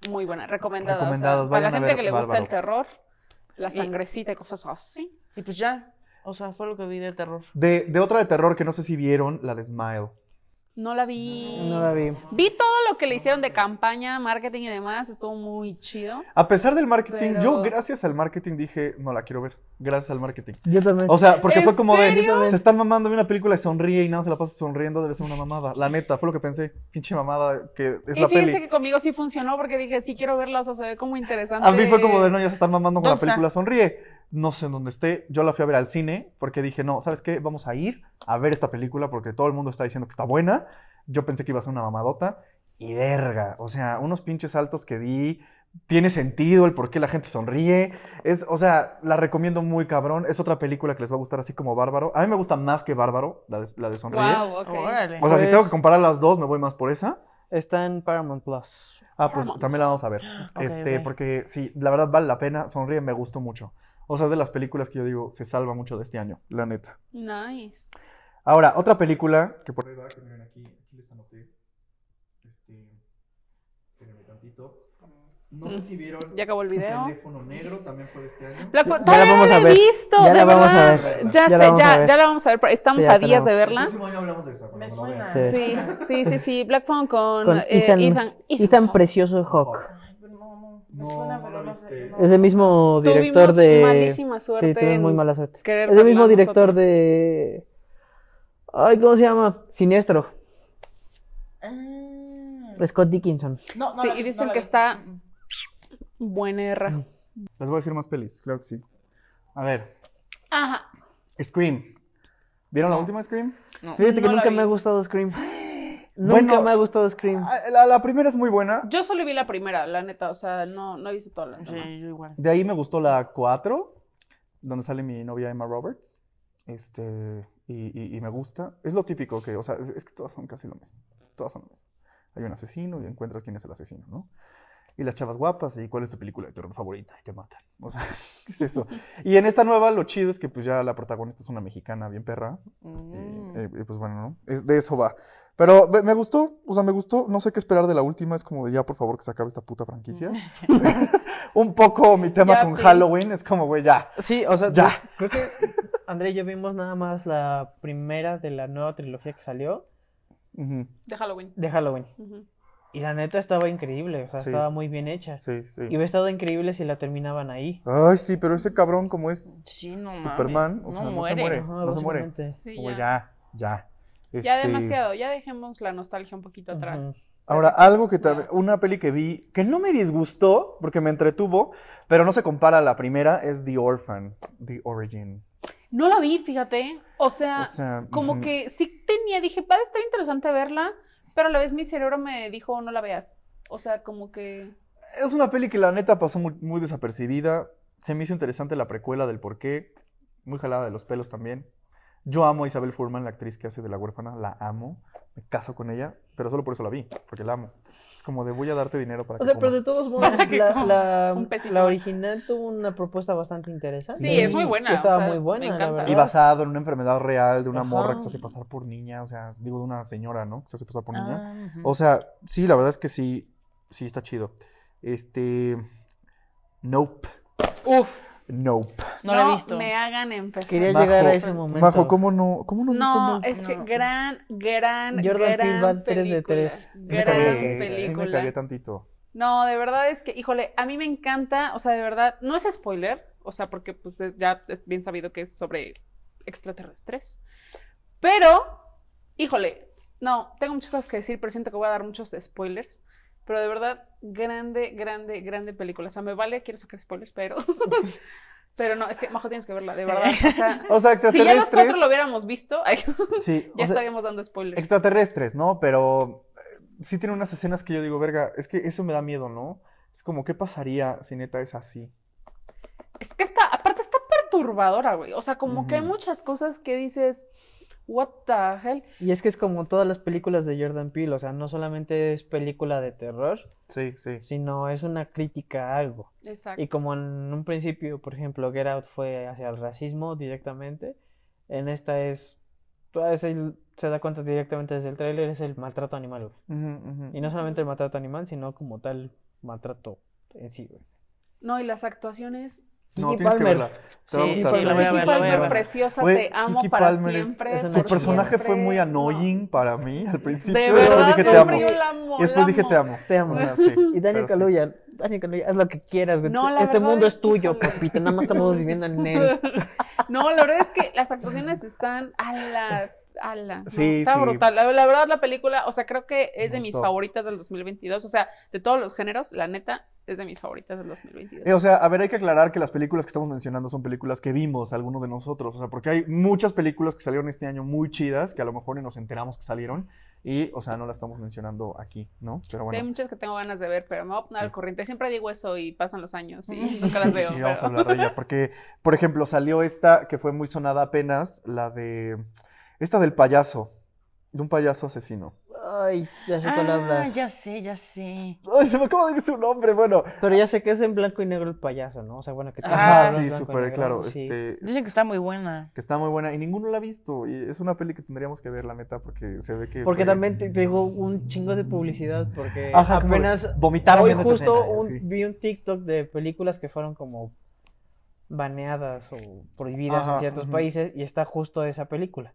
[SPEAKER 2] muy buena. Recomendada. o sea,
[SPEAKER 3] Recomendados,
[SPEAKER 2] para la
[SPEAKER 3] vayan a
[SPEAKER 2] gente
[SPEAKER 3] ver
[SPEAKER 2] que le gusta
[SPEAKER 3] Bárbaro.
[SPEAKER 2] el terror, la
[SPEAKER 1] Y-
[SPEAKER 2] sangrecita y cosas así.
[SPEAKER 1] Y pues ya, o sea, fue lo que vi de terror.
[SPEAKER 3] De, de otra de terror que no sé si vieron, la de Smile.
[SPEAKER 2] No la vi.
[SPEAKER 4] No la vi.
[SPEAKER 2] Vi todo lo que le hicieron de campaña, marketing y demás. Estuvo muy chido.
[SPEAKER 3] A pesar del marketing, yo
[SPEAKER 2] Pero-
[SPEAKER 3] gracias al marketing dije, no la quiero ver. Gracias al marketing.
[SPEAKER 4] Yo también.
[SPEAKER 3] O sea, porque
[SPEAKER 2] ¿En
[SPEAKER 3] fue como
[SPEAKER 2] serio?
[SPEAKER 3] de. Se está mamando de una película y sonríe y nada, se la pasa sonriendo, debe ser una mamada. La neta, fue lo que pensé. Pinche mamada que es
[SPEAKER 2] y
[SPEAKER 3] la
[SPEAKER 2] fíjense
[SPEAKER 3] peli.
[SPEAKER 2] que conmigo sí funcionó porque dije, sí quiero verla. O sea, se ve como interesante.
[SPEAKER 3] A mí fue como de, no, ya se están mamando con la
[SPEAKER 1] ¿Dónde
[SPEAKER 3] película Sonríe. No sé en dónde esté. Yo la fui a ver al cine porque dije, no, ¿sabes qué? Vamos a ir a ver esta película porque todo el mundo está diciendo que está buena. Yo pensé que iba a ser una mamadota. Y verga, o sea, unos pinches saltos que di. Tiene sentido el por qué la gente sonríe. Es, o sea, la recomiendo muy cabrón. Es otra película que les va a gustar así como Bárbaro. A mí me gusta más que Bárbaro, la de, la de Sonríe.
[SPEAKER 2] Wow, ok.
[SPEAKER 1] Órale.
[SPEAKER 3] O sea, si
[SPEAKER 4] Pues-
[SPEAKER 3] tengo que comparar las dos, me voy más por esa.
[SPEAKER 4] Está en Paramount Plus.
[SPEAKER 3] Ah, pues
[SPEAKER 2] Paramount
[SPEAKER 3] también la vamos a ver.
[SPEAKER 1] Ok,
[SPEAKER 3] este,
[SPEAKER 1] ok.
[SPEAKER 3] porque sí, la verdad vale la pena. Sonríe, me gustó mucho. O sea, es de las películas que yo digo, se salva mucho de este año, la neta.
[SPEAKER 2] Nice.
[SPEAKER 3] Ahora, otra película que por ahí va, que miren aquí, aquí les anoté. Este, espérenme tantito. No sé si vieron
[SPEAKER 2] Mm. Ya acabó el video.
[SPEAKER 3] Teléfono Negro, también fue de este año.
[SPEAKER 2] La cu-
[SPEAKER 4] Ya
[SPEAKER 2] todavía
[SPEAKER 4] la
[SPEAKER 2] no
[SPEAKER 4] vamos
[SPEAKER 2] la
[SPEAKER 4] a
[SPEAKER 2] he
[SPEAKER 4] ver.
[SPEAKER 2] visto,
[SPEAKER 4] Ya
[SPEAKER 2] de
[SPEAKER 4] la vamos a
[SPEAKER 2] verdad.
[SPEAKER 4] ver.
[SPEAKER 2] Ya, sé,
[SPEAKER 4] Ya la vamos a
[SPEAKER 2] ya,
[SPEAKER 4] ver.
[SPEAKER 2] ya la vamos a ver. pero Estamos
[SPEAKER 4] Sí, ya
[SPEAKER 2] a días
[SPEAKER 4] tenemos.
[SPEAKER 2] de
[SPEAKER 3] El
[SPEAKER 2] verla.
[SPEAKER 3] próximo año hablamos de esa. cuando
[SPEAKER 1] Me
[SPEAKER 3] la
[SPEAKER 1] suena.
[SPEAKER 3] vean.
[SPEAKER 4] Sí.
[SPEAKER 2] Sí, sí, sí, sí. Black Phone con,
[SPEAKER 4] Con
[SPEAKER 2] eh, Ethan,
[SPEAKER 4] Ethan- Ethan
[SPEAKER 2] Hawke.
[SPEAKER 4] Precioso Hawk.
[SPEAKER 1] Ay, pero No, no, me
[SPEAKER 3] No,
[SPEAKER 1] suena,
[SPEAKER 3] no
[SPEAKER 1] pero
[SPEAKER 3] la
[SPEAKER 1] no sé.
[SPEAKER 3] viste.
[SPEAKER 1] no.
[SPEAKER 4] Es el mismo director
[SPEAKER 2] Tuvimos
[SPEAKER 4] de.
[SPEAKER 2] malísima suerte.
[SPEAKER 4] Sí, tuvimos muy
[SPEAKER 2] en
[SPEAKER 4] mala suerte.
[SPEAKER 2] querer
[SPEAKER 4] Es el mismo
[SPEAKER 2] verla
[SPEAKER 4] director
[SPEAKER 2] nosotros.
[SPEAKER 4] de. Ay, ¿cómo se llama? Siniestro.
[SPEAKER 1] Ah.
[SPEAKER 3] Pues
[SPEAKER 4] Scott Dickinson.
[SPEAKER 1] No, no
[SPEAKER 2] Sí,
[SPEAKER 1] la
[SPEAKER 2] y
[SPEAKER 1] vi,
[SPEAKER 2] dicen
[SPEAKER 1] no la
[SPEAKER 2] que
[SPEAKER 1] vi. Mm,
[SPEAKER 2] está buena
[SPEAKER 4] Mm.
[SPEAKER 2] erra.
[SPEAKER 3] Les voy a decir más pelis, claro que sí. A ver,
[SPEAKER 2] Ajá.
[SPEAKER 3] Scream. ¿Vieron
[SPEAKER 2] Ah.
[SPEAKER 3] la última Scream?
[SPEAKER 1] No.
[SPEAKER 4] Fíjate que
[SPEAKER 2] No la
[SPEAKER 4] nunca
[SPEAKER 2] vi.
[SPEAKER 4] me ha gustado Scream. Nunca
[SPEAKER 3] Bueno.
[SPEAKER 4] me ha gustado Scream.
[SPEAKER 3] Ah, La, la primera es muy buena.
[SPEAKER 2] Yo solo vi la primera, la neta. O sea, no, no he visto todas las demás.
[SPEAKER 1] Sí, yo igual.
[SPEAKER 3] De ahí me gustó la 4, donde sale mi novia Emma Roberts. Este, y, y- y me gusta. Es lo típico que, o sea, es, es que todas son casi lo mismo. Todas son lo mismo. Hay un asesino y encuentras quién es el asesino, ¿no? Y las chavas guapas, y cuál es tu película de terror favorita, y te matan. O sea, ¿qué es eso? Y en esta nueva lo chido es que pues ya la protagonista es una mexicana bien perra. Y,
[SPEAKER 1] Mm.
[SPEAKER 3] eh, y, pues bueno, ¿no? Es- de eso va. Pero me, me gustó, o sea, me gustó. No sé qué esperar de la última. Es como de ya, por favor, que se acabe esta puta franquicia. Un poco mi tema
[SPEAKER 2] Mm. Ya,
[SPEAKER 3] con
[SPEAKER 2] please.
[SPEAKER 3] Halloween es como, güey, ya.
[SPEAKER 4] Sí, o sea,
[SPEAKER 3] Ya.
[SPEAKER 4] creo que André y yo vimos nada más la primera de la nueva trilogía que salió
[SPEAKER 3] Ujú,
[SPEAKER 2] De Halloween.
[SPEAKER 4] de Halloween.
[SPEAKER 2] Ujú.
[SPEAKER 4] Y la neta estaba increíble, o sea,
[SPEAKER 3] Sí.
[SPEAKER 4] estaba muy bien hecha.
[SPEAKER 3] Sí, sí.
[SPEAKER 4] Y hubiera estado increíble si la terminaban ahí.
[SPEAKER 3] Ay, sí, pero ese cabrón, como es
[SPEAKER 1] Sí, no Ah, mames.
[SPEAKER 3] Superman, o sea, no se muere.
[SPEAKER 4] Ajá,
[SPEAKER 3] no se muere.
[SPEAKER 4] básicamente.
[SPEAKER 2] Sí,
[SPEAKER 3] Como
[SPEAKER 2] ya.
[SPEAKER 3] ya, ya.
[SPEAKER 2] Ya
[SPEAKER 3] Este,
[SPEAKER 2] demasiado. Ya dejemos la nostalgia un poquito atrás.
[SPEAKER 4] Ujú.
[SPEAKER 3] Ahora,
[SPEAKER 2] Seres
[SPEAKER 3] algo que también,
[SPEAKER 2] humanos.
[SPEAKER 3] una peli que vi, que no me disgustó, porque me entretuvo, pero no se compara a la primera, es The Orphan, The Origin.
[SPEAKER 2] No la vi, fíjate. O sea,
[SPEAKER 3] O sea,
[SPEAKER 2] Ah, como
[SPEAKER 3] ujú.
[SPEAKER 2] que sí tenía, dije, va a estar interesante verla, pero a la vez mi cerebro me dijo, no la veas. O sea, como que...
[SPEAKER 3] Es una peli que la neta pasó muy, muy desapercibida. Se me hizo interesante la precuela del porqué. Muy jalada de los pelos también. Yo amo a Isabel Furman, la actriz que hace de la huérfana, la amo, me caso con ella, pero solo por eso la vi, porque la amo. Es como de voy a darte dinero para
[SPEAKER 4] O
[SPEAKER 3] que
[SPEAKER 4] sea, pero
[SPEAKER 3] comas.
[SPEAKER 4] de todos modos, la, la-
[SPEAKER 2] Un pesito.
[SPEAKER 4] la original tuvo una propuesta bastante interesante.
[SPEAKER 2] Sí, es muy buena. o
[SPEAKER 4] Estaba
[SPEAKER 2] sea,
[SPEAKER 4] muy buena,
[SPEAKER 2] Me
[SPEAKER 4] la
[SPEAKER 2] encanta.
[SPEAKER 4] verdad.
[SPEAKER 3] Y basado en una enfermedad real de una
[SPEAKER 4] Ajá.
[SPEAKER 3] morra que se hace pasar por niña, o sea, digo de una señora, ¿no? Que se hace pasar por niña.
[SPEAKER 1] Ah, ujú.
[SPEAKER 3] O sea, sí, la verdad es que sí, sí está chido. Este. Nope.
[SPEAKER 2] Uf,
[SPEAKER 3] Nope.
[SPEAKER 1] no la he visto.
[SPEAKER 2] me hagan empezar.
[SPEAKER 4] Quería
[SPEAKER 3] Bajo-
[SPEAKER 4] llegar a ese momento.
[SPEAKER 3] Majo, ¿cómo no? ¿Cómo no has visto
[SPEAKER 2] No,
[SPEAKER 3] Nope?
[SPEAKER 2] es que
[SPEAKER 1] No.
[SPEAKER 2] gran, gran,
[SPEAKER 4] Jordan
[SPEAKER 2] gran
[SPEAKER 4] Peele va tres de
[SPEAKER 2] película.
[SPEAKER 4] tres.
[SPEAKER 3] Sí me
[SPEAKER 2] Gran
[SPEAKER 3] cagué, sí me
[SPEAKER 2] película.
[SPEAKER 3] cagué tantito.
[SPEAKER 2] no, de verdad es que, híjole, a mí me encanta, o sea, de verdad, no es spoiler, o sea, porque pues es- ya es bien sabido que es sobre extraterrestres, pero, híjole, no, tengo muchas cosas que decir, pero siento que voy a dar muchos spoilers, pero de verdad, grande, grande, grande película, o sea, me vale, quiero sacar spoilers, pero, pero no, es que, Majo, tienes que verla, de verdad, o sea,
[SPEAKER 3] O sea,
[SPEAKER 2] si ya los
[SPEAKER 3] extraterrestres.
[SPEAKER 2] cuatro lo hubiéramos visto, ay,
[SPEAKER 3] sí,
[SPEAKER 2] ya
[SPEAKER 3] o sea,
[SPEAKER 2] estaríamos dando spoilers.
[SPEAKER 3] extraterrestres, ¿no? Pero eh, sí tiene unas escenas que yo digo, verga, es que eso me da miedo, ¿no? Es como, ¿qué pasaría si neta es así?
[SPEAKER 2] Es que está, aparte está perturbadora, güey. O sea, como que hay
[SPEAKER 3] Ujú.
[SPEAKER 2] muchas cosas que dices, what the hell.
[SPEAKER 4] Y es que es como todas las películas de Jordan Peele, o sea, no solamente es película de terror,
[SPEAKER 3] Sí, sí.
[SPEAKER 4] sino es una crítica a algo.
[SPEAKER 2] Exacto.
[SPEAKER 4] Y como en un principio, por ejemplo, Get Out fue hacia el racismo directamente, en esta es, toda es el- se da cuenta directamente desde el tráiler, es el maltrato animal, güey.
[SPEAKER 3] Ujú, ujú.
[SPEAKER 4] Y no solamente el maltrato animal, sino como tal maltrato en sí, güey.
[SPEAKER 2] No, y las actuaciones.
[SPEAKER 3] No,
[SPEAKER 4] Kiki
[SPEAKER 3] tienes que
[SPEAKER 4] Palmer.
[SPEAKER 3] verla. Te va a
[SPEAKER 4] Sí,
[SPEAKER 3] gustar,
[SPEAKER 4] sí,
[SPEAKER 3] te
[SPEAKER 4] la
[SPEAKER 3] va
[SPEAKER 4] voy a
[SPEAKER 2] Kiki
[SPEAKER 4] ver, la voy a
[SPEAKER 2] Palmer,
[SPEAKER 4] ver.
[SPEAKER 2] preciosa,
[SPEAKER 3] Güey,
[SPEAKER 2] te amo
[SPEAKER 3] Kiki
[SPEAKER 2] para
[SPEAKER 3] Palmer es-
[SPEAKER 2] siempre.
[SPEAKER 4] es una
[SPEAKER 3] Su
[SPEAKER 2] por
[SPEAKER 3] personaje fue
[SPEAKER 2] siempre.
[SPEAKER 3] muy annoying para mí al
[SPEAKER 2] No.
[SPEAKER 3] principio.
[SPEAKER 2] De
[SPEAKER 3] y después
[SPEAKER 2] verdad,
[SPEAKER 3] dije te amo.
[SPEAKER 2] hombre, yo la amo.
[SPEAKER 3] Y después
[SPEAKER 2] la
[SPEAKER 3] dije te
[SPEAKER 2] amo.
[SPEAKER 3] amo.
[SPEAKER 4] Te amo.
[SPEAKER 3] O sea, sí.
[SPEAKER 4] Y Daniel
[SPEAKER 3] pero sí.
[SPEAKER 4] Kaluuya, Daniel Kaluuya, haz lo que quieras, güey.
[SPEAKER 2] No, la
[SPEAKER 4] este
[SPEAKER 2] verdad
[SPEAKER 4] mundo
[SPEAKER 2] es
[SPEAKER 4] es tuyo,
[SPEAKER 2] híjole.
[SPEAKER 4] papito, nada más estamos viviendo en él.
[SPEAKER 2] No, la verdad es que las actuaciones están a la. A la no,
[SPEAKER 3] Sí,
[SPEAKER 2] está
[SPEAKER 3] sí.
[SPEAKER 2] brutal. La, la verdad, la película, o sea, creo que es de
[SPEAKER 3] No
[SPEAKER 2] mis
[SPEAKER 3] stop.
[SPEAKER 2] favoritas del 2022. O sea, de todos los géneros, la neta, es de mis favoritas del 2022.
[SPEAKER 3] Eh, o sea, a ver, hay que aclarar que las películas que estamos mencionando son películas que vimos alguno de nosotros. O sea, porque hay muchas películas que salieron este año muy chidas, que a lo mejor ni nos enteramos que salieron. Y, o sea, no las estamos mencionando aquí, ¿no? Pero
[SPEAKER 2] Sí, hay
[SPEAKER 3] Ah, bueno.
[SPEAKER 2] muchas que tengo ganas de ver, pero me voy a poner
[SPEAKER 3] Sí.
[SPEAKER 2] al corriente. Siempre digo eso y pasan los años y nunca las veo.
[SPEAKER 3] Y vamos a
[SPEAKER 2] pero-
[SPEAKER 3] hablar de ella. Porque, por ejemplo, salió esta que fue muy sonada apenas, la de. Esta del payaso. De un payaso asesino.
[SPEAKER 4] Ay, ya sé cuál
[SPEAKER 1] Ah,
[SPEAKER 4] hablas.
[SPEAKER 1] ya sé, ya sé.
[SPEAKER 3] Ay, se me acaba de ir su nombre. Bueno,
[SPEAKER 4] Pero ya sé que es en blanco y negro el payaso, ¿no? O sea, bueno, que
[SPEAKER 3] Ajá,
[SPEAKER 1] Ah,
[SPEAKER 4] todos los
[SPEAKER 3] sí,
[SPEAKER 4] blanco y
[SPEAKER 3] súper
[SPEAKER 4] negro,
[SPEAKER 3] claro.
[SPEAKER 4] sí.
[SPEAKER 3] Este,
[SPEAKER 1] Dicen que está muy buena.
[SPEAKER 3] que está muy buena y ninguno la ha visto. Y es una peli que tendríamos que ver, la neta, porque se ve que.
[SPEAKER 4] Porque
[SPEAKER 3] fue-
[SPEAKER 4] también te, te digo un chingo de publicidad, porque
[SPEAKER 3] Ajá, como de-
[SPEAKER 4] apenas
[SPEAKER 3] Eh, ah,
[SPEAKER 4] este
[SPEAKER 3] vomitaron
[SPEAKER 4] hoy
[SPEAKER 3] en esta
[SPEAKER 4] justo
[SPEAKER 3] escena, y
[SPEAKER 4] un-
[SPEAKER 3] así.
[SPEAKER 4] vi un TikTok de películas que fueron como baneadas o prohibidas
[SPEAKER 3] Ajá,
[SPEAKER 4] en ciertos
[SPEAKER 3] ujú.
[SPEAKER 4] países y está justo esa película.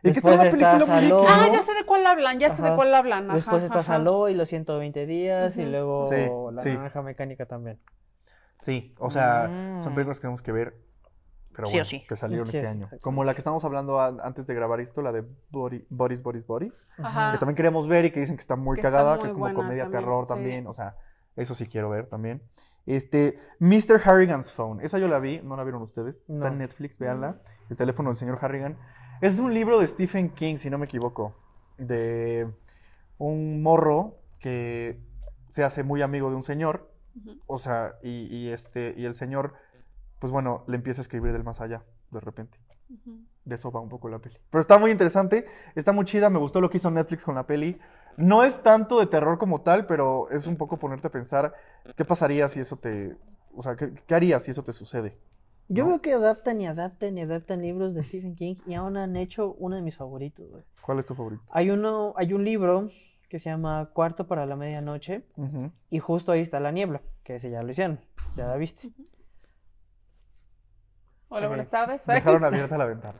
[SPEAKER 3] Y que está
[SPEAKER 4] Después
[SPEAKER 3] una película
[SPEAKER 4] está
[SPEAKER 3] muy
[SPEAKER 4] Saló.
[SPEAKER 3] X,
[SPEAKER 2] Ah,
[SPEAKER 3] ¿no?
[SPEAKER 2] ya sé de cuál hablan, ya sé de
[SPEAKER 4] Ajá.
[SPEAKER 2] cuál hablan. ajá,
[SPEAKER 4] Después está
[SPEAKER 2] ajá.
[SPEAKER 4] Saló y los 120 días y
[SPEAKER 2] Ujú.
[SPEAKER 4] luego
[SPEAKER 3] Sí,
[SPEAKER 4] La
[SPEAKER 3] sí.
[SPEAKER 4] Naranja Mecánica también.
[SPEAKER 3] Sí, o sea,
[SPEAKER 1] Mm.
[SPEAKER 3] son películas que tenemos que ver. Pero
[SPEAKER 1] Sí o
[SPEAKER 3] bueno,
[SPEAKER 1] sí.
[SPEAKER 3] que salieron
[SPEAKER 4] Sí,
[SPEAKER 3] este
[SPEAKER 4] sí,
[SPEAKER 3] año.
[SPEAKER 4] sí.
[SPEAKER 3] Como la que estábamos hablando a- antes de grabar esto, la de Body- Boris, Boris, Boris.
[SPEAKER 2] Ajá.
[SPEAKER 3] Que también queríamos ver y que dicen que está muy
[SPEAKER 2] Que está
[SPEAKER 3] cagada,
[SPEAKER 2] muy
[SPEAKER 3] que es como
[SPEAKER 2] buena
[SPEAKER 3] comedia
[SPEAKER 2] también,
[SPEAKER 3] terror
[SPEAKER 2] sí.
[SPEAKER 3] también. O sea, eso sí quiero ver también. Este, Mr. Harrigan's Phone. Esa yo la vi, no la vieron ustedes.
[SPEAKER 4] No.
[SPEAKER 3] Está en Netflix,
[SPEAKER 2] Mm.
[SPEAKER 3] véanla. El teléfono del señor Harrigan. Es un libro de Stephen King, si no me equivoco. De un morro que se hace muy amigo de un señor.
[SPEAKER 2] Ujú.
[SPEAKER 3] O sea, y, y este, y el señor, pues bueno, le empieza a escribir del más allá, de repente.
[SPEAKER 2] Ujú.
[SPEAKER 3] De eso va un poco la peli. Pero está muy interesante, está muy chida, me gustó lo que hizo Netflix con la peli. No es tanto de terror como tal, pero es un poco ponerte a pensar qué pasaría si eso te... O sea, ¿qué, qué harías si eso te sucede?
[SPEAKER 4] Yo
[SPEAKER 3] ¿No?
[SPEAKER 4] veo que adaptan y adaptan y adaptan libros de Stephen King y aún han hecho uno de mis favoritos. güey.
[SPEAKER 3] ¿Cuál es tu favorito?
[SPEAKER 4] Hay uno, hay un libro que se llama Cuarto para la medianoche
[SPEAKER 3] Ujú.
[SPEAKER 4] y justo ahí está la niebla, que ese ya lo hicieron, ya la viste.
[SPEAKER 2] Hola,
[SPEAKER 4] Ok.
[SPEAKER 2] buenas tardes.
[SPEAKER 3] Dejaron abierta la ventana.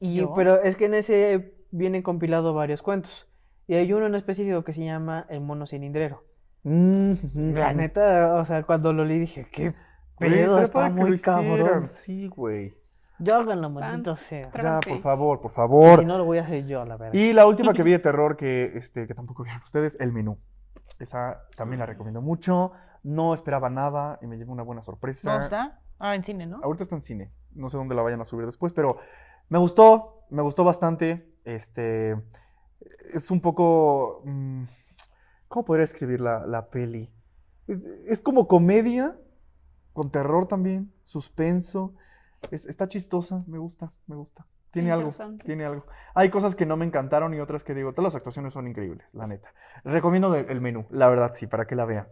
[SPEAKER 4] Y
[SPEAKER 1] ¿Yo?
[SPEAKER 4] pero es que en ese vienen compilados varios cuentos y hay uno en específico que se llama El mono cilindrero. La neta, o sea, cuando lo leí dije, qué
[SPEAKER 3] Mm. Güey,
[SPEAKER 4] pedo,
[SPEAKER 3] estaría
[SPEAKER 4] está
[SPEAKER 3] padre que lo
[SPEAKER 4] muy cabrón.
[SPEAKER 3] hicieran, Sí, güey.
[SPEAKER 4] Yo háganlo, maldito sea.
[SPEAKER 2] Pero
[SPEAKER 3] Ya,
[SPEAKER 2] sí.
[SPEAKER 3] por favor, por
[SPEAKER 4] Y
[SPEAKER 3] favor.
[SPEAKER 4] Si no lo voy a hacer yo, la verdad.
[SPEAKER 3] Y la última que vi de terror que, este, que tampoco vieron ustedes, El Menú. Esa también la recomiendo mucho. No esperaba nada y me llevó una buena sorpresa.
[SPEAKER 1] ¿Dónde está? Ah, en cine, ¿no?
[SPEAKER 3] Ahorita está en cine. No sé dónde la vayan a subir después, pero me gustó, me gustó bastante. Este es un poco. mm, ¿Cómo podría escribir la, la peli? Es, es como comedia, con terror también, suspenso. Es- está chistosa, me gusta, me gusta. Tiene algo,
[SPEAKER 2] Interesante.
[SPEAKER 3] tiene algo. Hay cosas que no me encantaron y otras que digo, todas las actuaciones son increíbles, la neta. Recomiendo de- el menú, la verdad sí, para que la vean.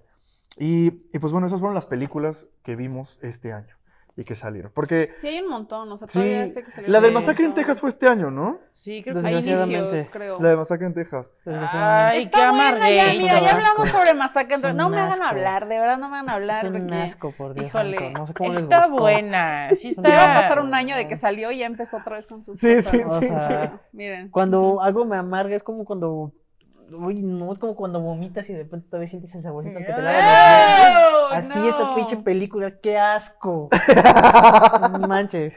[SPEAKER 3] Y, y pues bueno, esas fueron las películas que vimos este año y que salieron. Porque
[SPEAKER 2] Sí, hay un montón. O sea,
[SPEAKER 3] Sí,
[SPEAKER 2] todavía sé que se
[SPEAKER 3] la del
[SPEAKER 6] Sí.
[SPEAKER 3] masacre en Texas fue este año, ¿no?
[SPEAKER 1] Sí, creo que
[SPEAKER 2] A inicios,
[SPEAKER 6] Desgraciadamente.
[SPEAKER 2] creo.
[SPEAKER 3] La del masacre en Texas.
[SPEAKER 6] Desgraciadamente.
[SPEAKER 1] Ay,
[SPEAKER 2] Está
[SPEAKER 1] qué
[SPEAKER 2] buena, ya,
[SPEAKER 1] amargué.
[SPEAKER 2] mira,
[SPEAKER 6] Es un
[SPEAKER 2] ya hablamos
[SPEAKER 6] asco.
[SPEAKER 2] sobre masacre.
[SPEAKER 6] Es un
[SPEAKER 2] No me hagan
[SPEAKER 6] asco.
[SPEAKER 2] hablar, de verdad no me hagan hablar.
[SPEAKER 6] es un
[SPEAKER 2] porque
[SPEAKER 6] asco, por Dios
[SPEAKER 2] Híjole,
[SPEAKER 6] santo. No sé cómo les
[SPEAKER 1] Está
[SPEAKER 6] gustó.
[SPEAKER 1] buena. Sí está.
[SPEAKER 2] Ya va a
[SPEAKER 6] Ah.
[SPEAKER 2] pasar un año de que salió y ya empezó otra vez con sus
[SPEAKER 3] Sí,
[SPEAKER 2] cosas,
[SPEAKER 3] sí,
[SPEAKER 2] ¿no?
[SPEAKER 6] sí,
[SPEAKER 2] O sea, Miren.
[SPEAKER 4] Cuando algo me amarga es como cuando. Uy, no, es como cuando vomitas y de repente todavía sientes el saborcito que te lava la
[SPEAKER 2] ¡Oh,
[SPEAKER 4] boca. Así
[SPEAKER 2] no!
[SPEAKER 4] esta pinche película, qué asco. No manches.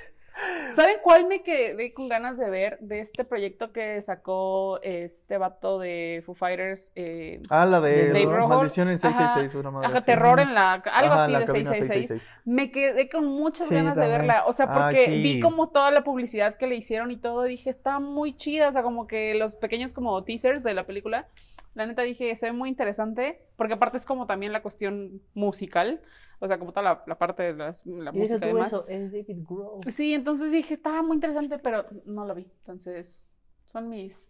[SPEAKER 2] ¿Saben cuál me quedé con ganas de ver de este proyecto que sacó este vato de Foo Fighters? eh,
[SPEAKER 3] Ah, la de
[SPEAKER 6] Dave
[SPEAKER 2] Grohl.
[SPEAKER 3] Maldición en 666, una madre
[SPEAKER 2] Ajá,
[SPEAKER 3] Ah, así.
[SPEAKER 2] terror en la... Algo
[SPEAKER 3] Ajá,
[SPEAKER 2] así
[SPEAKER 3] la
[SPEAKER 2] de
[SPEAKER 3] cabina
[SPEAKER 2] 666.
[SPEAKER 3] 666.
[SPEAKER 2] Me quedé con muchas
[SPEAKER 6] Sí,
[SPEAKER 2] ganas de
[SPEAKER 6] también.
[SPEAKER 2] verla, o sea,
[SPEAKER 3] Ah,
[SPEAKER 2] porque
[SPEAKER 3] sí.
[SPEAKER 2] vi como toda la publicidad que le hicieron y todo, dije, está muy chida, o sea, como que los pequeños como teasers de la película, la neta dije, se ve muy interesante, porque aparte es como también la cuestión musical, o sea, como toda la, la parte de las- la
[SPEAKER 4] Y deja
[SPEAKER 2] música y
[SPEAKER 4] tú
[SPEAKER 2] demás.
[SPEAKER 4] eso, es David Grohl.
[SPEAKER 2] Sí, entonces dije, está muy interesante, pero no lo vi, entonces son mis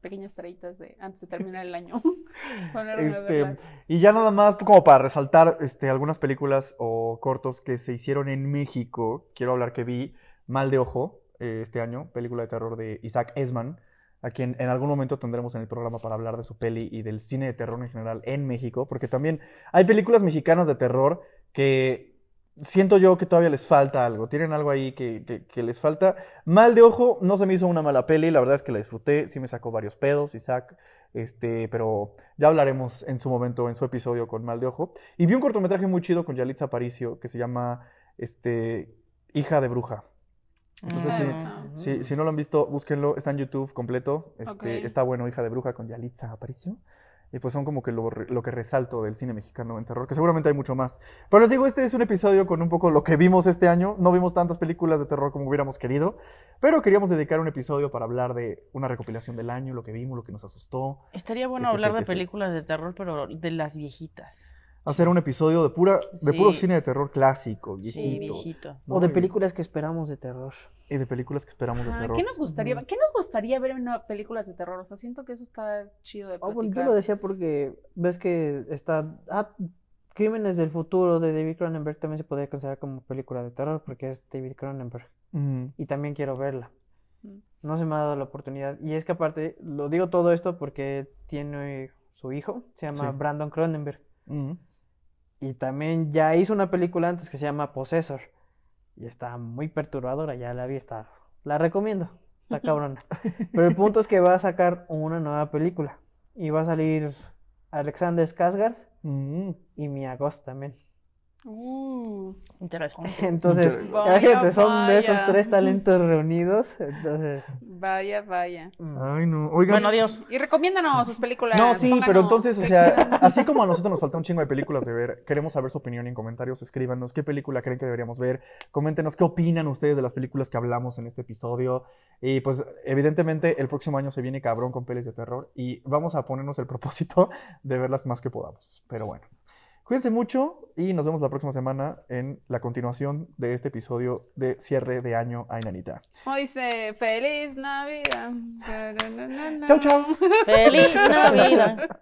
[SPEAKER 2] pequeñas tareitas de antes de terminar el año. Ponerme a
[SPEAKER 3] Este,
[SPEAKER 2] verlas.
[SPEAKER 3] Y ya nada más, como para resaltar este, algunas películas o cortos que se hicieron en México, quiero hablar que vi Mal de Ojo eh, este año, película de terror de Isaac Esman, a quien en algún momento tendremos en el programa para hablar de su peli y del cine de terror en general en México, porque también hay películas mexicanas de terror que siento yo que todavía les falta algo, tienen algo ahí que, que- que les falta. Mal de Ojo no se me hizo una mala peli, la verdad es que la disfruté, sí me sacó varios pedos, Isaac, este, pero ya hablaremos en su momento, en su episodio con Mal de Ojo. Y vi un cortometraje muy chido con Yalitza Aparicio que se llama este, Hija de Bruja. Entonces, sí,
[SPEAKER 1] Mm.
[SPEAKER 3] si, si no lo han visto, búsquenlo, está en YouTube completo. Este,
[SPEAKER 2] Ok.
[SPEAKER 3] Está bueno, Hija de Bruja con Yalitza Aparicio. Y pues son como que lo, re- lo que resalto del cine mexicano en terror, que seguramente hay mucho más. Pero les digo, este es un episodio con un poco lo que vimos este año. No vimos tantas películas de terror como hubiéramos querido, pero queríamos dedicar un episodio para hablar de una recopilación del año, lo que vimos, lo que nos asustó.
[SPEAKER 1] Estaría bueno
[SPEAKER 3] Etc,
[SPEAKER 1] hablar de
[SPEAKER 3] etc.
[SPEAKER 1] películas de terror, pero de las viejitas.
[SPEAKER 3] hacer un episodio de pura de puro
[SPEAKER 1] Sí.
[SPEAKER 3] cine de terror clásico,
[SPEAKER 1] Sí,
[SPEAKER 3] viejito.
[SPEAKER 1] viejito.
[SPEAKER 3] ¿no?
[SPEAKER 4] O de
[SPEAKER 3] Y-
[SPEAKER 4] películas que esperamos de terror.
[SPEAKER 3] Y de películas que esperamos de
[SPEAKER 2] Ajá,
[SPEAKER 3] terror.
[SPEAKER 2] ¿Qué nos gustaría, qué nos gustaría ver en una- películas de terror? O sea, siento que eso está chido de
[SPEAKER 4] Ah, bueno,
[SPEAKER 2] platicar.
[SPEAKER 4] yo lo decía porque ves que está. Ah, Crímenes del futuro de David Cronenberg también se podría considerar como película de terror porque es David Cronenberg.
[SPEAKER 3] Ujú.
[SPEAKER 4] Y también quiero verla.
[SPEAKER 2] Mm.
[SPEAKER 4] No se me ha dado la oportunidad. Y es que aparte, lo digo todo esto porque tiene su hijo, se llama
[SPEAKER 3] Sí.
[SPEAKER 4] Brandon Cronenberg.
[SPEAKER 3] Ujú.
[SPEAKER 4] Y también ya hizo una película antes que se llama Possessor. Y está muy perturbadora, ya la vi, está. La recomiendo, está cabrona. Pero el punto es que va a sacar una nueva película. Y va a salir Alexander Skarsgård
[SPEAKER 3] Ujú.
[SPEAKER 4] y Mia Goth también.
[SPEAKER 2] Uh,
[SPEAKER 1] Interesante.
[SPEAKER 4] Entonces,
[SPEAKER 3] Inter-
[SPEAKER 2] Vaya,
[SPEAKER 4] imagínate, son de esos
[SPEAKER 2] vaya.
[SPEAKER 4] tres talentos reunidos. Entonces,
[SPEAKER 2] vaya, vaya.
[SPEAKER 4] mm.
[SPEAKER 3] Ay, no. Oigan,
[SPEAKER 1] Bueno, adiós.
[SPEAKER 2] Y recomiéndanos sus películas.
[SPEAKER 3] No, sí, pero
[SPEAKER 2] pónganos.
[SPEAKER 3] entonces, o sea, así como a nosotros nos falta un chingo de películas de ver, queremos saber su opinión en comentarios, escríbanos qué película creen que deberíamos ver, coméntenos qué opinan ustedes de las películas que hablamos en este episodio. Y pues, evidentemente, el próximo año se viene cabrón con pelis de terror y vamos a ponernos el propósito de verlas más que podamos. Pero bueno, cuídense mucho y nos vemos la próxima semana en la continuación de este episodio de cierre de año a Inanita.
[SPEAKER 2] Como dice, feliz Navidad.
[SPEAKER 3] Chau, chau.
[SPEAKER 1] ¡Feliz Navidad!